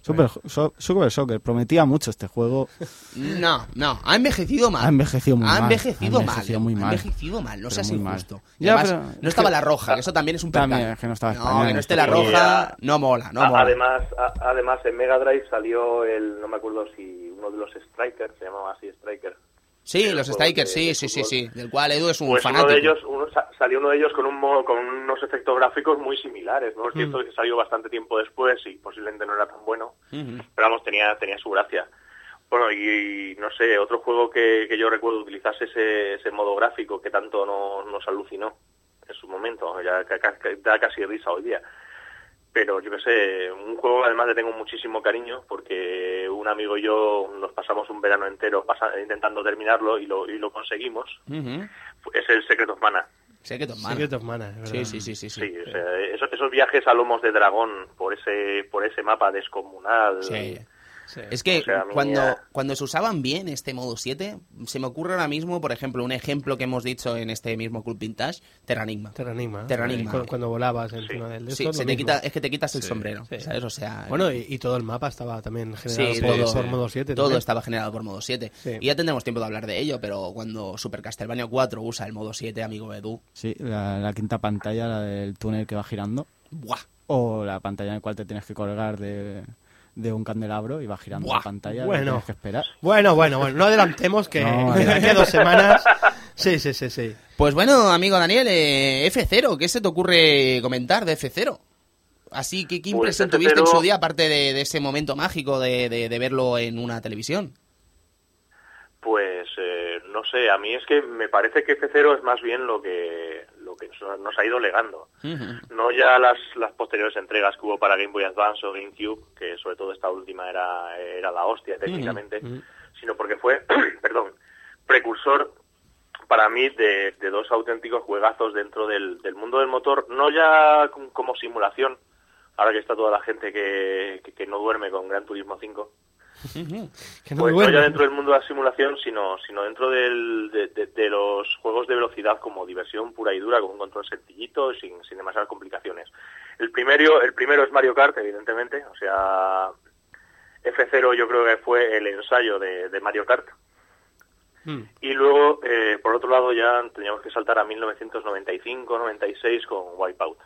D: Super, so- Super Soccer, prometía mucho este juego.
A: No, no, ha envejecido mal.
D: Ha envejecido muy
A: Ha
D: mal,
A: envejecido
D: ha
A: mal.
D: envejecido muy
A: Ha
D: mal.
A: envejecido mal, no
D: Pero
A: seas
D: muy mal.
A: injusto. Y
D: Ya,
A: además,
D: pero
A: no
D: es
A: estaba
D: que-
A: la roja, que eso también es un percal.
D: También, es que no estaba
A: No,
D: español. este
A: que no esté la roja, no mola, no
F: A-
A: mola.
F: además, a- además, en Mega Drive salió el, no me acuerdo si uno de los Strikers, se llamaba así Striker.
A: sí,
F: el
A: los
F: juego
A: Strikers,
F: de-
A: sí,
F: de
A: sí, sí,
F: fútbol.
A: sí, del cual Edu es un
F: Pues
A: fanático.
F: uno de ellos, uno, sa- salió uno de ellos con, un mo- con unos efectos gráficos muy similares, ¿no? Es
A: Mm.
F: cierto que salió bastante tiempo después y posiblemente no era tan bueno, pero vamos, tenía, tenía su gracia. Bueno, y, y no sé, otro juego que, que yo recuerdo utilizase ese, ese modo gráfico que tanto no- nos alucinó en su momento, ya ca- ca- ca- da casi risa hoy día. Pero yo qué sé, un juego además le tengo muchísimo cariño porque un amigo y yo nos pasamos un verano entero pasa- intentando terminarlo y lo, y lo conseguimos.
A: Ujú.
F: Es el Secret of Mana.
A: Sé que tomar.
B: Secret of Mana, es verdad.
A: Sí, sí, sí, sí, sí.
F: Sí, o sea, esos, esos viajes a lomos de dragón por ese por ese mapa descomunal.
A: Sí.
B: Sí.
A: Es que
F: eh, O sea, a mí
A: cuando,
F: ya-
A: cuando se usaban bien este modo 7, se me ocurre ahora mismo, por ejemplo, un ejemplo que hemos dicho en este mismo Club Vintage, Terranigma.
B: Terranigma.
A: Terranigma.
B: Cuando, cuando volabas encima del de
A: Sí,
B: estos,
A: se
B: lo
A: te
B: mismo.
A: quita, eh. es que te quitas el sombrero,
B: sí.
A: ¿sabes? O sea,
B: Bueno, y, y todo el mapa estaba también generado
A: sí,
B: por,
A: todo,
B: por modo 7.
A: todo
B: también.
A: estaba generado por modo 7.
B: Sí.
A: Y ya tendremos tiempo de hablar de ello, pero cuando Super Castlevania 4 usa el modo 7, amigo Edu,
D: Sí, la, la quinta pantalla, la del túnel que va girando.
A: ¡buah!
D: O la pantalla en la cual te tienes que colgar de, de un candelabro y va girando
A: Buah,
D: la pantalla. y
B: bueno.
D: Tienes que esperar.
B: Bueno, bueno, bueno, no adelantemos que
D: No,
B: que de aquí a dos semanas. Sí, sí, sí, sí.
A: Pues bueno, amigo Daniel, eh, F0, ¿qué se te ocurre comentar de F0? Así que, ¿qué
F: Pues
A: impresión
F: F0
A: tuviste en su día, aparte de, de ese momento mágico de, de- de verlo en una televisión?
F: Pues eh, no sé, a mí es que me parece que F0 es más bien lo que lo que nos- nos ha ido legando. No ya las, las posteriores entregas que hubo para Game Boy Advance o GameCube, que sobre todo esta última era, era la hostia técnicamente, sino porque fue, perdón, precursor para mí de, de dos auténticos juegazos dentro del, del mundo del motor, no ya com- como simulación, ahora que está toda la gente que, que, que no duerme con Gran Turismo 5,
B: Que no
F: pues no
B: duerme.
F: ya dentro del mundo de la simulación, sino, sino dentro del, de, de- de los juegos de velocidad como diversión pura y dura, con un control sencillito, sin, sin demasiadas complicaciones. El primero, el primero es Mario Kart, evidentemente, o sea, F0 yo creo que fue el ensayo de, de Mario Kart.
B: Mm.
F: Y luego, eh, por otro lado, ya teníamos que saltar a 1995-96 con Wipeout.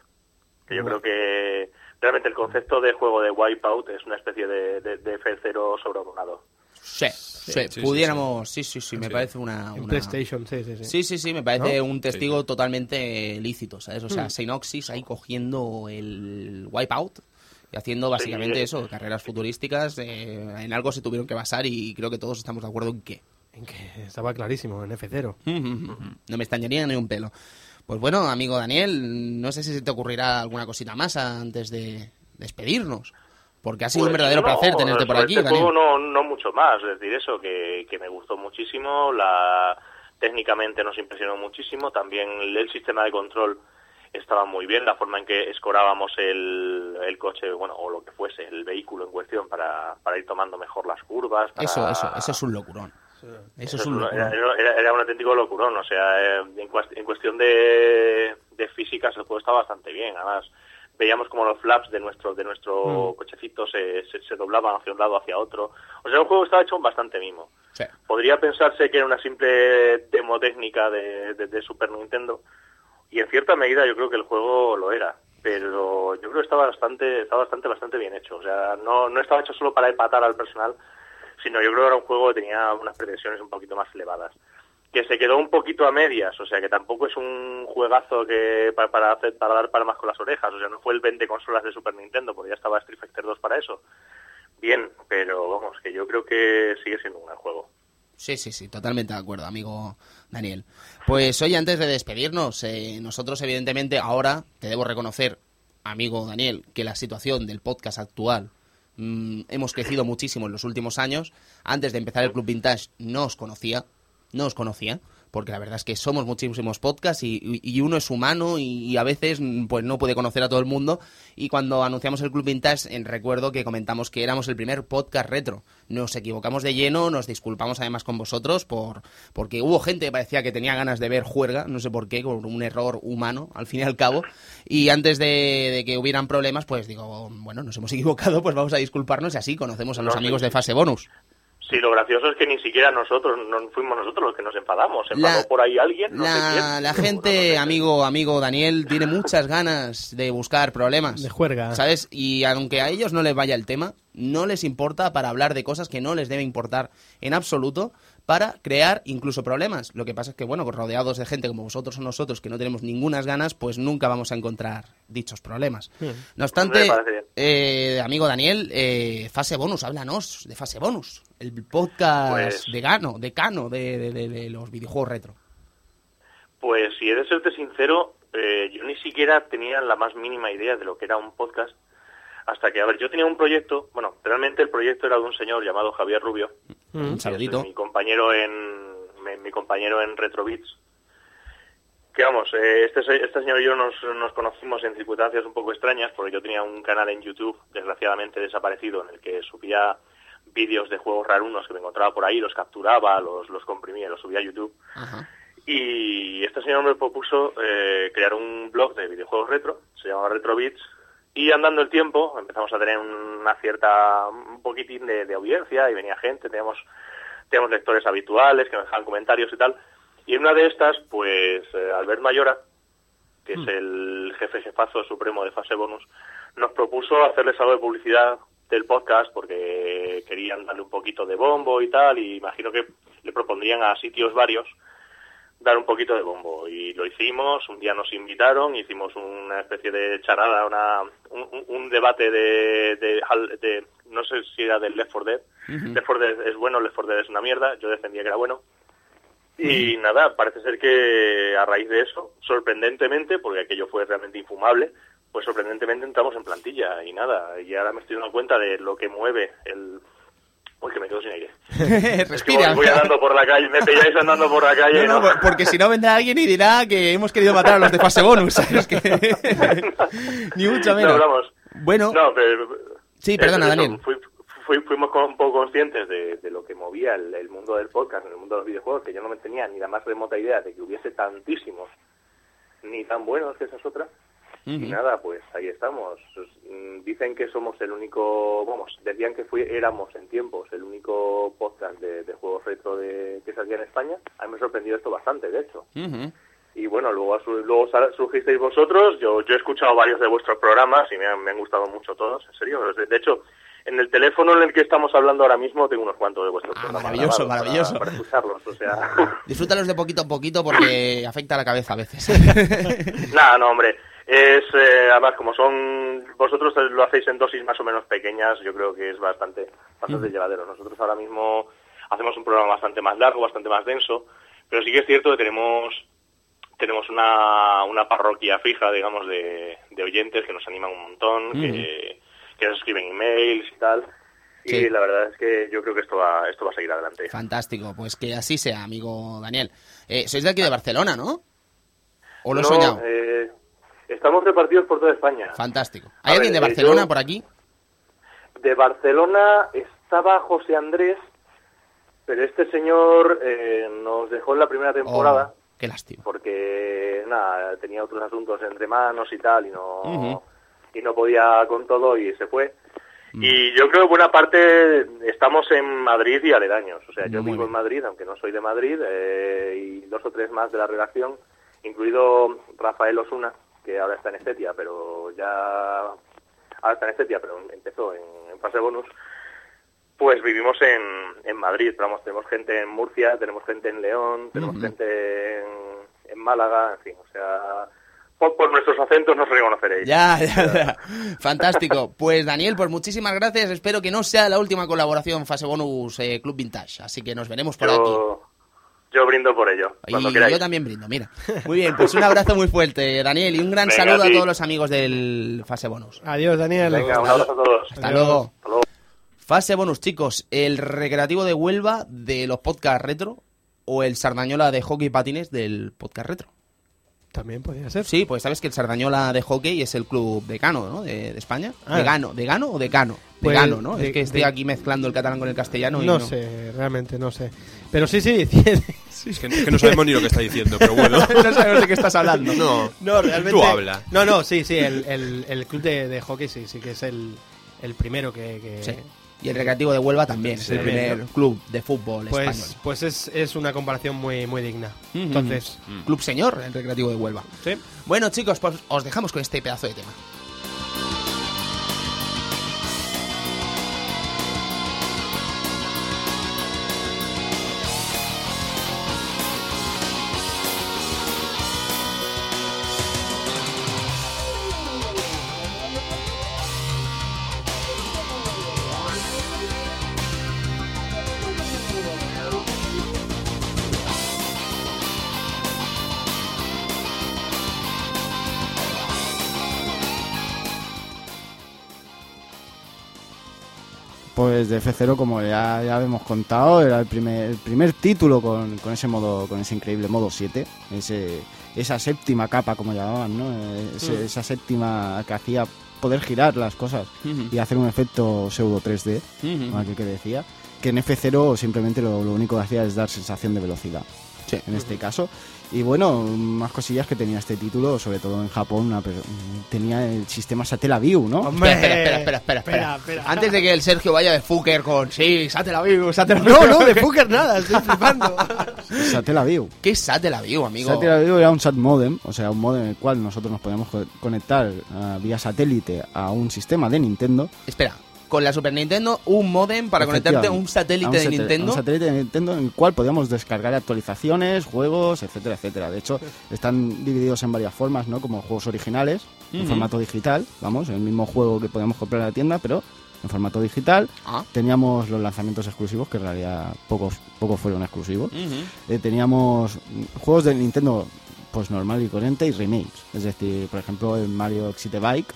F: Que yo creo que realmente el concepto de juego de Wipeout es una especie de, de- de F0 sobreabonado.
A: Sí, sí,
C: sí,
A: pudiéramos, sí, sí, sí, me
C: Sí.
A: parece una...
B: En
A: una-
B: PlayStation, sí, sí, sí.
A: Sí, sí, ¿eh? sí, Mm. me parece un testigo totalmente lícito, ¿sabes? O sea, Synoxis ahí cogiendo el Wipeout y haciendo básicamente
F: sí.
A: eso, carreras futurísticas, eh, en algo se tuvieron que basar y creo que todos estamos de acuerdo en que...
B: En que estaba clarísimo, en F0.
A: No me extrañaría ni un pelo. Pues bueno, amigo Daniel, no sé si se te ocurrirá alguna cosita más antes de despedirnos. Porque ha sido un
F: Pues
A: verdadero
F: no,
A: placer tenerte por
F: sobre
A: aquí,
F: Este
A: Daniel.
F: juego no, no mucho más, es decir, eso, que, que me gustó muchísimo, la técnicamente nos impresionó muchísimo, también el, el sistema de control estaba muy bien, la forma en que escorábamos el, el coche, bueno, o lo que fuese, el vehículo en cuestión para, para ir tomando mejor las curvas. para-
A: Eso, eso, eso es un locurón. Eso es un
F: era,
A: locurón.
F: era- era un auténtico locurón, o sea, eh, en, cuas- en cuestión de, de físicas el juego está bastante bien, además veíamos como los flaps de nuestro de
A: Mm.
F: nuestro cochecito se, se, se doblaban hacia un lado hacia otro, o sea, el juego estaba hecho bastante mimo.
A: Sí.
F: Podría pensarse que era una simple demo técnica de, de- de Super Nintendo y en cierta medida yo creo que el juego lo era, pero yo creo que estaba bastante estaba bastante bastante bien hecho, o sea, no no estaba hecho solo para empatar al personal, sino yo creo que era un juego que tenía unas pretensiones un poquito más elevadas. Que se quedó un poquito a medias, o sea que tampoco es un juegazo que para, para, hacer, para dar palmas con las orejas, o sea, no fue el 20 consolas de Super Nintendo, porque ya estaba Street Fighter 2 para eso. Bien, pero vamos, que yo creo que sigue siendo un gran juego.
A: Sí, sí, sí, totalmente de acuerdo, amigo Daniel. Pues hoy, antes de despedirnos, eh, nosotros evidentemente ahora te debo reconocer, amigo Daniel, que la situación del podcast actual mm, hemos crecido muchísimo en los últimos años. Antes de empezar el Club Vintage no os conocía, no os conocía, porque la verdad es que somos muchísimos podcasts y, y- y uno es humano y, y a veces mm, pues no puede conocer a todo el mundo. Y cuando anunciamos el Club Vintage, en- recuerdo que comentamos que éramos el primer podcast retro. Nos equivocamos de lleno, nos disculpamos además con vosotros por porque hubo gente que parecía que tenía ganas de ver juerga, no sé por qué, con un error humano al fin y al cabo. Y antes de, de que hubieran problemas, pues digo, bueno, nos hemos equivocado, pues vamos a disculparnos y así conocemos a los
F: No,
A: amigos
F: sí.
A: de Fase Bonus.
F: Sí, lo gracioso es que ni siquiera nosotros, no fuimos nosotros los que nos enfadamos, se enfadó
A: La-
F: por ahí alguien, no sé
A: La,
F: quién.
A: la
F: pero no
A: gente,
F: sé.
A: amigo, amigo Daniel, tiene muchas ganas de buscar problemas.
B: De juerga.
A: ¿Sabes? Y aunque a ellos no les vaya el tema, no les importa para hablar de cosas que no les debe importar en absoluto para crear incluso problemas. Lo que pasa es que, bueno, rodeados de gente como vosotros o nosotros que no tenemos ningunas ganas, pues nunca vamos a encontrar dichos problemas. No obstante,
F: Hmm. Me parece bien.
A: eh, amigo Daniel, eh, fase bonus, háblanos de fase bonus. El podcast
F: Pues-
A: de Gano, de Cano, de, de- de- de los videojuegos retro.
F: Pues si he de serte sincero, eh, yo ni siquiera tenía la más mínima idea de lo que era un podcast. Hasta que, a ver, yo tenía un proyecto, bueno, realmente el proyecto era de un señor llamado Javier Rubio,
A: Un saludito.
F: mi compañero en mi, mi compañero en Retrobits. Que vamos, eh, este, se- este señor y yo nos, nos conocimos en circunstancias un poco extrañas, porque yo tenía un canal en YouTube, desgraciadamente desaparecido, en el que subía vídeos de juegos rarunos que me encontraba por ahí, los capturaba, los, los comprimía, los subía a YouTube.
A: Ajá.
F: Y este señor me propuso eh, crear un blog de videojuegos retro, se llamaba RetroBits, y andando el tiempo empezamos a tener una cierta, un poquitín de, de audiencia y venía gente, teníamos, teníamos lectores habituales que nos dejaban comentarios y tal. Y en una de estas, pues eh, Albert Mayora, que es el jefe jefazo supremo de Fase Bonus, nos propuso hacerles algo de publicidad del podcast porque querían darle un poquito de bombo y tal, y imagino que le propondrían a sitios varios dar un poquito de bombo. Y lo hicimos, un día nos invitaron, hicimos una especie de charada, una, un, un- un debate de, de, de- no sé si era del Left 4 Dead. Left 4 Dead es bueno, Left 4 Dead es una mierda, yo defendía que era bueno. Y nada, parece ser que a raíz de eso, sorprendentemente, porque aquello fue realmente infumable, pues sorprendentemente entramos en plantilla y nada, y ahora me estoy dando cuenta de lo que mueve el... Uy, que me quedo sin aire. Es que voy,
A: Respira.
F: voy andando por la calle, me pilláis andando por la calle.
A: No, no,
F: ¿no?
A: por- porque si no vendrá alguien y dirá que hemos querido matar a los de fase bonus. Es que- Ni mucho menos.
F: No, vamos.
A: Bueno,
F: No, pero...
A: Sí, perdona,
F: eh,
A: Daniel.
F: fui- fui- fuimos con- un poco conscientes de, de lo que movía el, el mundo del podcast, el mundo de los videojuegos, que yo no me tenía ni la más remota idea de que hubiese tantísimos, ni tan buenos que esas otras. Y nada, pues ahí estamos. Mm, Dicen que somos el único, vamos, decían que fui, éramos en tiempos el único podcast de, de juegos retro de, que se hacía en España. A mí me sorprendió esto bastante, de hecho.
A: Ujú.
F: Y bueno, luego, su- luego sal- surgisteis vosotros. Yo, yo he escuchado varios de vuestros programas y me han, me han gustado mucho todos, en serio. De, de hecho, en el teléfono en el que estamos hablando ahora mismo tengo unos cuantos de vuestros
A: Ah,
F: programas.
A: maravilloso,
F: grabados para-
A: maravilloso.
F: Para, escucharlos, o sea.
A: Disfrútalos de poquito a poquito porque afecta a la cabeza a veces.
F: Nada, no, hombre. Es, eh, además, como son. Vosotros lo hacéis en dosis más o menos pequeñas, yo creo que es bastante, bastante
A: Mm.
F: llevadero. Nosotros ahora mismo hacemos un programa bastante más largo, bastante más denso, pero sí que es cierto que tenemos tenemos una, una parroquia fija, digamos, de, de oyentes que nos animan un montón, que, que nos escriben emails y tal. Y
A: Mm. Sí.
F: la verdad es que yo creo que esto va, esto va a seguir adelante.
A: Fantástico, pues que así sea, amigo Daniel. Eh, sois de aquí de Barcelona, ¿no? ¿O lo he
F: Ah. No,
A: soñado?
F: eh, estamos repartidos por toda España.
A: Fantástico.
F: a
A: ¿Hay
F: ver,
A: alguien de
F: eh,
A: Barcelona
F: yo-
A: por aquí?
F: De Barcelona estaba José Andrés, pero este señor eh, nos dejó en la primera
A: Oh,
F: temporada
A: qué lástima.
F: porque nada tenía otros asuntos entre manos y tal y no
A: Ujú.
F: y no podía con todo y se fue.
A: Mm.
F: Y yo creo que buena parte estamos en Madrid y aledaños. O sea, yo
A: Muy
F: vivo en
A: bien.
F: Madrid, aunque no soy de Madrid, eh, y dos o tres más de la redacción, incluido Rafael Osuna, que ahora está en Estetia, pero ya. Ahora está en Estetia, pero empezó en, en fase bonus. Pues vivimos en, en Madrid, pero vamos, tenemos gente en Murcia, tenemos gente en León, tenemos
A: Ujú.
F: gente en, en Málaga, en fin, o sea, por, por nuestros acentos nos reconoceréis.
A: Ya, ya, ya. Fantástico. Pues Daniel, pues muchísimas gracias. Espero que no sea la última colaboración fase bonus eh, Club Vintage. Así que nos veremos por aquí.
F: yo, yo brindo por ello. Cuando
A: Y
F: queráis.
A: yo también brindo, mira. Muy bien, pues un abrazo muy fuerte, Daniel, y un gran
F: Venga,
A: saludo a
F: sí.
A: todos los amigos del fase bonus.
B: Adiós, Daniel.
F: Venga, un abrazo a todos.
A: Hasta
B: Adiós.
A: luego.
F: Hasta luego.
A: Fase bonus, chicos. El recreativo de Huelva de los podcasts retro o el Sardañola de hockey y patines del podcast retro.
B: También podría ser.
A: Sí, pues sabes que el Sardañola de hockey es el club decano, ¿no? De, de España.
B: Ah.
A: ¿De Gano? ¿De Gano o de Cano? De
B: Pues,
A: Gano, ¿no?
B: de-
A: es que estoy
B: de-
A: aquí mezclando el catalán con el castellano
B: no,
A: y no.
B: sé, realmente no sé. Pero sí, sí, tiene-
C: Sí, es, que, es que no sabemos ni lo que está diciendo, pero bueno.
A: No sabemos de qué estás hablando.
C: No,
B: No, realmente.
C: Tú habla.
B: No, no, sí, sí, el, el- el club de, de hockey sí, sí que es el, el primero que. que-
A: Sí. Y el recreativo de Huelva también.
B: Sí,
A: es el
B: bien.
A: primer club de fútbol
B: Pues,
A: español.
B: pues es, es una comparación muy, muy digna.
A: Ujú.
B: Entonces,
D: Mm.
A: Club señor, el recreativo de Huelva.
B: sí.
A: Bueno, chicos, pues os dejamos con este pedazo de tema.
D: Pues de F0, como ya, ya hemos contado, era el primer, el primer título con, con ese modo, con ese increíble modo 7, ese, esa séptima capa, como llamaban, ¿no? Eh, ese- Esa séptima que hacía poder girar las cosas y hacer un efecto pseudo 3D, como aquel que decía, que en F0 simplemente lo, lo único que hacía es dar sensación de velocidad,
A: Sí.
D: en este caso. Y bueno, más cosillas que tenía este título, sobre todo en Japón, una per- tenía el sistema Satellaview, ¿no?
B: Hombre.
A: Espera, espera, espera, espera, espera,
B: Espera, espera.
A: Antes de que el Sergio vaya de fucker con sí, sátela vivo, sátela vivo.
B: No, no, de Fuker nada, estoy flipando.
D: Satellaview.
A: ¿Qué sátela vivo, amigo?
D: Satellite Radio era un sat modem, o sea, un modem en el cual nosotros nos podíamos co- conectar ah, vía satélite a un sistema de Nintendo.
A: Espera, con la Super Nintendo, un modem para conectarte a un satélite de
D: Efectivamente, a un satel-
A: Nintendo.
D: a un satélite de Nintendo en el cual podíamos descargar actualizaciones, juegos, etcétera, etcétera. De hecho, están divididos en varias formas, ¿no? Como juegos originales, en
A: Ujú.
D: formato digital, vamos, el mismo juego que podíamos comprar en la tienda, pero en formato digital.
A: Ah.
D: Teníamos los lanzamientos exclusivos, que en realidad pocos, pocos fueron exclusivos.
A: Ujú.
D: Eh, teníamos mm, juegos de Nintendo pues normal y corriente y remakes. Es decir, por ejemplo, el Mario City Bike.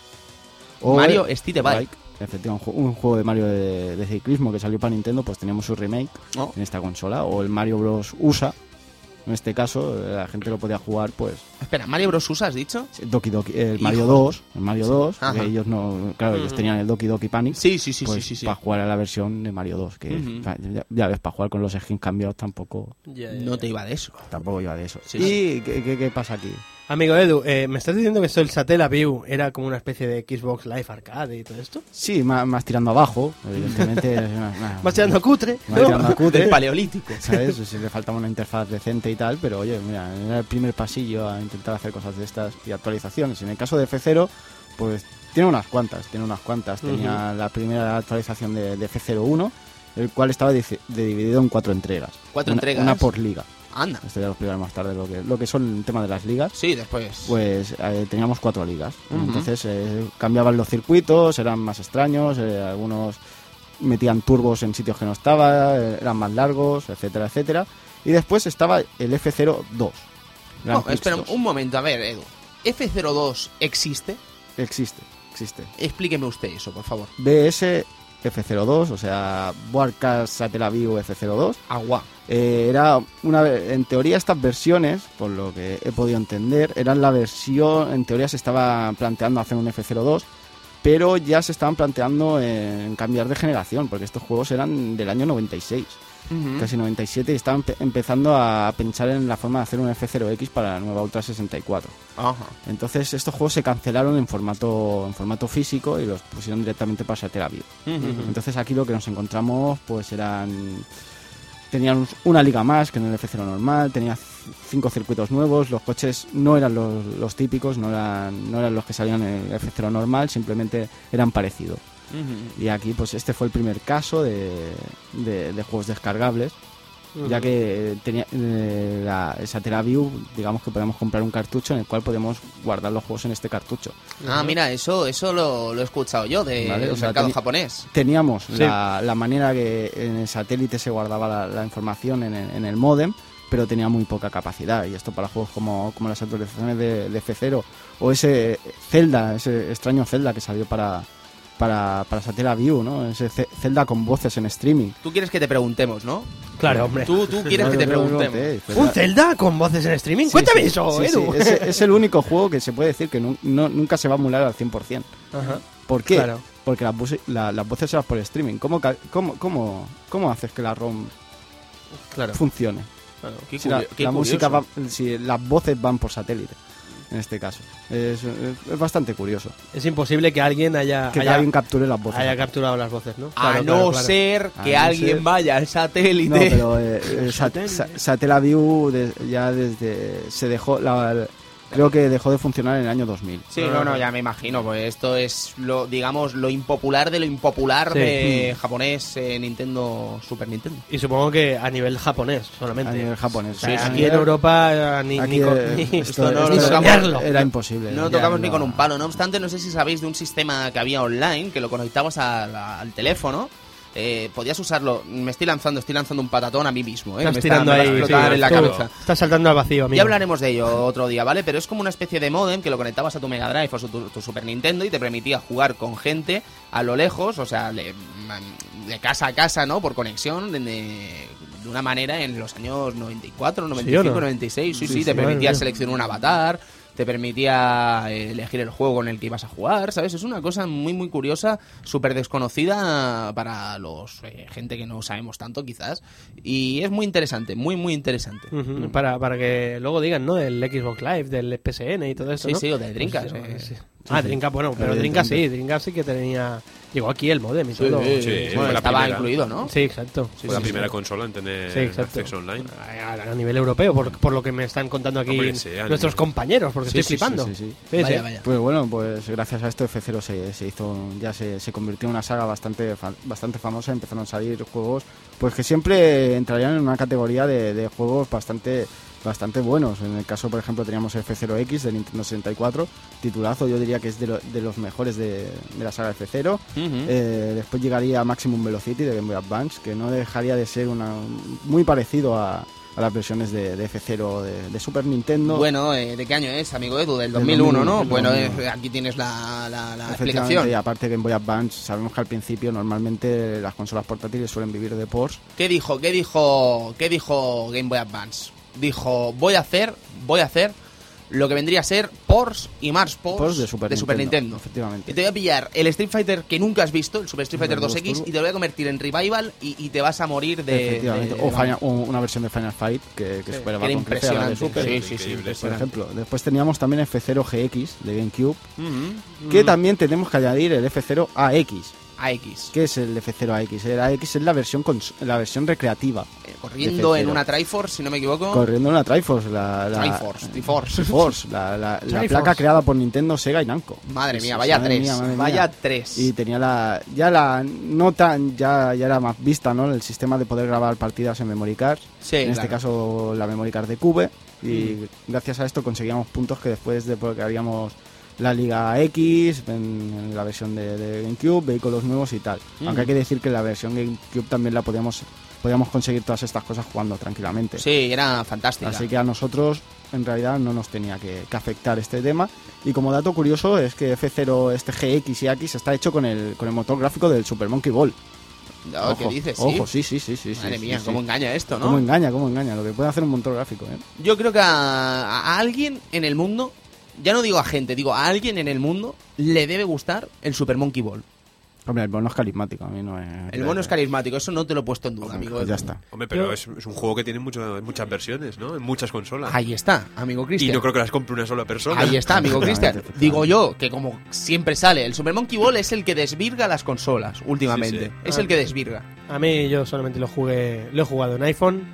A: Mario
D: el-
A: City Bike.
D: Efectivamente, un, ju- un juego de Mario de, de ciclismo que salió para Nintendo, pues teníamos su remake
A: Oh.
D: en esta consola. O el Mario Bros. USA. En este caso, eh, la gente lo podía jugar, pues,
A: Espera, Mario Bros. USA, ¿has dicho?
D: Doki Doki, el
A: Hijo.
D: Mario 2, el Mario 2,
A: Ajá. Mm.
D: que ellos no, claro, ellos tenían el Doki Doki Panic,
A: Sí, sí, sí,
D: pues,
A: sí, sí, sí.
D: para jugar a la versión de Mario 2, que
A: Ujú.
D: pa- ya, ya ves, para jugar con los skins cambiados tampoco,
A: No te iba de eso.
D: tampoco iba de eso.
A: Sí,
D: ¿Y
A: sí.
D: ¿qué- qué- qué pasa aquí?
B: Amigo Edu, eh, ¿me estás diciendo que eso el Satellaview era como una especie de Xbox Live Arcade y todo esto?
D: Sí, más, más tirando abajo, evidentemente. es una- una-
B: Más tirando cutre.
D: más tirando a
A: Del
D: cutre,
A: paleolítico.
D: ¿sabes? Si le faltaba una interfaz decente y tal, pero oye, mira, era el primer pasillo a intentar hacer cosas de estas y actualizaciones. En el caso de F0, pues tiene unas cuantas, tiene unas cuantas. Tenía la primera actualización de, de F01, el cual estaba dice- de- dividido en cuatro entregas.
A: ¿Cuatro
D: Una-
A: entregas?
D: Una por liga.
A: Anda.
D: Esto ya lo explicaré más tarde, lo que, lo que son el tema de las ligas.
A: Sí, después.
D: Pues eh, teníamos cuatro ligas.
A: Ujú.
D: Entonces eh, cambiaban los circuitos, eran más extraños, eh, algunos metían turbos en sitios que no estaba, eh, eran más largos, etcétera, etcétera. Y después estaba el F02. Grand
A: No,
D: Prix
A: Oh, espera
D: 2.
A: un momento, a ver, Edu. F02 existe.
D: Existe. existe.
A: Explíqueme usted eso, por favor.
D: BS F02, o sea, Broadcast Satellite View F02.
A: Agua.
D: Eh, era una ve- en teoría estas versiones, por lo que he podido entender, eran la versión, en teoría se estaba planteando hacer un F02, pero ya se estaban planteando en cambiar de generación, porque estos juegos eran del año 96,
A: Mm.
D: casi 97, y estaban empe- empezando a pensar en la forma de hacer un F0X para la nueva Ultra 64.
A: Ajá.
D: Entonces estos juegos se cancelaron en formato, en formato físico y los pusieron directamente para Satellite View. Entonces aquí lo que nos encontramos pues eran... Tenían una liga más que en el F0 normal, tenía c- cinco circuitos nuevos, los coches no eran los, los típicos, no eran, no eran los que salían en el F0 normal, simplemente eran parecidos. Y aquí pues este fue el primer caso de, de- de juegos descargables, ya que tenía eh, la esa TeraView, digamos que podemos comprar un cartucho en el cual podemos guardar los juegos en este cartucho.
A: Ah, mira, eso, eso lo, lo he escuchado yo del
D: Vale, o sea,
A: mercado
D: teni-
A: japonés.
D: Teníamos la, la manera que en el satélite se guardaba la, la información en el, en el módem, pero tenía muy poca capacidad. Y esto para juegos como, como las actualizaciones de, de F0 o ese Zelda, ese extraño Zelda que salió para, para, para Satellite View, ¿no? Ese Ce- Zelda con voces en streaming.
A: Tú quieres que te preguntemos, ¿no?
B: Claro, hombre.
A: Tú, tú quieres que te
D: Yo- yo- yo
A: preguntemos.
D: pregunté, Zelda-
B: ¿Un Zelda con voces en streaming?
D: Sí,
B: Cuéntame
D: sí,
B: eso,
D: sí, sí.
B: Edu.
D: Es, es el único juego que se puede decir que nu- no- nunca se va a emular al 100%.
B: Ajá.
D: ¿Por qué?
B: Claro.
D: Porque las, voce- la- las voces se las por streaming. ¿Cómo, ca- cómo, cómo, cómo haces que la ROM
B: Claro.
D: funcione?
A: Qué
D: Si la,
A: curio- qué
D: la
A: curioso.
D: música va- si las voces van por satélite, en este caso. Es, es- es bastante curioso.
B: Es imposible que alguien haya,
D: Que
B: haya,
D: alguien capture las voces.
B: haya capturado las voces, Ah, ¿no?
A: A
B: Claro,
A: no
B: claro, claro.
A: ser
D: A
A: que
D: no
A: alguien
D: ser-
A: vaya al satélite.
D: No, pero eh, eh, Sat- Sa- Satellaview de- ya desde se dejó la- la- creo que dejó de funcionar en el año 2000.
A: Sí, no, no, ya me imagino, pues esto es lo, digamos, lo impopular de lo impopular
B: Sí.
A: de japonés eh, Nintendo Super Nintendo.
B: Y supongo que a nivel japonés solamente.
D: A nivel japonés.
B: O sea,
A: Sí, sí.
B: aquí en Europa eh, ni,
D: Aquí,
B: ni con-
D: eh,
B: ni-
D: esto-
A: no lo
D: esto
A: tocamos.
B: soñarlo.
D: Era imposible.
A: No lo
D: Ya,
A: tocamos ni
D: no.
A: con un palo, no obstante, no sé si sabéis de un sistema que había online, que lo conectabas a la- al teléfono. Eh, podías usarlo, me estoy lanzando, estoy lanzando un patatón a mí mismo, eh,
B: Estás
A: me está-
B: tirando
A: me va a
B: ahí.
A: explotar
B: sí,
A: en la
B: tú
A: cabeza.
B: Estás saltando al vacío, amigo.
A: Ya hablaremos de ello otro día, ¿vale? Pero es como una especie de modem que lo conectabas a tu Mega Drive o su- tu, tu Super Nintendo y te permitía jugar con gente a lo lejos, o sea, le- man- de casa a casa, ¿no? Por conexión, de, de una manera en los años 94, 95,
B: ¿Sí o no?
A: 96. Sí, sí,
B: Sí,
A: te
B: sí, madre
A: permitía
B: mía.
A: seleccionar un avatar, te permitía eh, elegir el juego en el que ibas a jugar, ¿sabes? Es una cosa muy, muy curiosa, súper desconocida para los eh, gente que no sabemos tanto, quizás. Y es muy interesante, muy, muy interesante.
B: Ujú, para, para que luego digan, ¿no? Del Xbox Live, del PSN y todo eso.
A: Sí,
B: ¿no?
A: sí, o del Dreamcast, eh.
B: sí. Ah, Drinka, bueno, pero
D: Evidentemente.
B: Drinka sí, Drinka sí que tenía. Llegó aquí el modem y todo.
A: Sí,
C: sí,
A: bueno,
C: fue la
A: estaba
C: primera.
A: incluido, ¿no?
B: Sí, exacto.
A: Sí,
C: Fue la
A: sí,
C: primera consola en tener
B: Sí, exacto.
C: acceso online.
B: A, a nivel europeo, por, por lo que me están contando aquí
C: Hombre, sí, a
B: nuestros
C: nivel-
B: compañeros, porque
D: Sí,
B: estoy
D: sí,
B: flipando.
D: sí, sí, sí.
B: Sí,
A: Vaya,
B: sí.
A: vaya.
D: Pues bueno, pues gracias a esto F0 se, se hizo, un- ya se, se convirtió en una saga bastante, fa- bastante famosa, empezaron a salir juegos pues que siempre entrarían en una categoría de, de juegos bastante bastante buenos. En el caso, por ejemplo, teníamos F0X de Nintendo 64, titulazo, yo diría que es de, lo- de los mejores de, de la saga F0. Eh, después llegaría Maximum Velocity de Game Boy Advance, que no dejaría de ser una, muy parecido a, a las versiones de, de F0 de, de Super Nintendo.
A: Bueno, eh, ¿de qué año es, amigo Edu? Del
D: Del
A: 2001, ¿no?
D: 2001.
A: Bueno, eh, aquí tienes la, la- la
D: Efectivamente,
A: explicación.
D: Y aparte Game Boy Advance, sabemos que al principio normalmente las consolas portátiles suelen vivir de ports.
A: ¿Qué dijo, qué dijo, qué dijo Game Boy Advance? Dijo, voy a hacer, voy a hacer lo que vendría a ser Porsche y más Porsche,
D: Ports de Super
A: Nintendo.
D: Nintendo,
A: Y
D: efectivamente.
A: te voy a pillar el Street Fighter que nunca has visto, el Super Street Fighter
D: Turbo
A: 2X,
D: Turbo.
A: y te lo voy a convertir en Revival y, y te vas a morir de...
D: Efectivamente.
A: de-
D: o, Final- o una versión de Final Fight que, que
A: que
D: superaba
A: era
D: con creces a la de
A: impresionante.
D: Super.
A: Sí, sí, sí,
C: Increíble.
D: Por
A: impresionante.
D: ejemplo, después teníamos también F0GX de GameCube, que
A: Mm.
D: también tenemos que añadir el F0AX.
A: AX.
D: ¿Qué es el F0AX? El AX es la versión, cons- la versión recreativa,
A: Eh, Corriendo en
D: F0.
A: una Triforce, si no me equivoco.
D: corriendo en la Triforce. La, la-
A: Triforce, Triforce.
D: Triforce, la, la- la
B: Triforce.
D: placa creada por Nintendo, Sega y Namco.
A: Madre
D: Es-
A: mía,
D: es-
A: vaya
D: madre
A: tres.
D: mía, madre
A: vaya
D: mía.
A: tres.
D: Y tenía la. Ya la. No tan. Ya, ya era más vista, ¿no? El sistema de poder grabar partidas en memory card.
A: Sí,
D: en
A: claro.
D: este
A: Mm.
D: caso, la memory card de Cube. Y gracias a esto conseguíamos puntos que después de porque habíamos la Liga X, en, en la versión de, de GameCube, vehículos nuevos y tal.
A: Mm.
D: Aunque hay que decir que la versión GameCube también la podíamos, podíamos conseguir todas estas cosas jugando tranquilamente.
A: Sí, era fantástica.
D: Así que a nosotros en realidad no nos tenía que, que afectar este tema. Y como dato curioso es que F0, este GX y X está hecho con el, con el motor gráfico del Super Monkey Ball.
A: Oh, ¿Qué dices? Sí.
D: Ojo, sí, sí, sí, sí.
A: Madre
D: sí,
A: mía,
D: sí,
A: cómo
D: sí.
A: engaña esto, ¿no?
D: Cómo engaña, cómo engaña. Lo que puede hacer un motor gráfico, ¿eh?
A: Yo creo que a, a alguien en el mundo, ya no digo a gente, digo a alguien en el mundo, le debe gustar el Super Monkey Ball.
D: Hombre, el bono es carismático, a mí no es...
A: El mono es carismático, eso no te lo he puesto en duda,
D: Hombre, pues
A: amigo.
D: Ya está.
C: Hombre, pero es, es un juego que tiene mucho- muchas versiones, ¿no? En muchas consolas.
A: Ahí está, amigo
C: y
A: Cristian.
C: no creo que las compre una sola persona.
A: Ahí está, amigo Cristian.
D: Efectivamente,
A: Digo yo que como siempre sale, el Super Monkey Ball es el que desvirga las consolas últimamente.
C: Sí,
A: Es el que desvirga.
B: A mí yo solamente lo jugué, lo he jugado en iPhone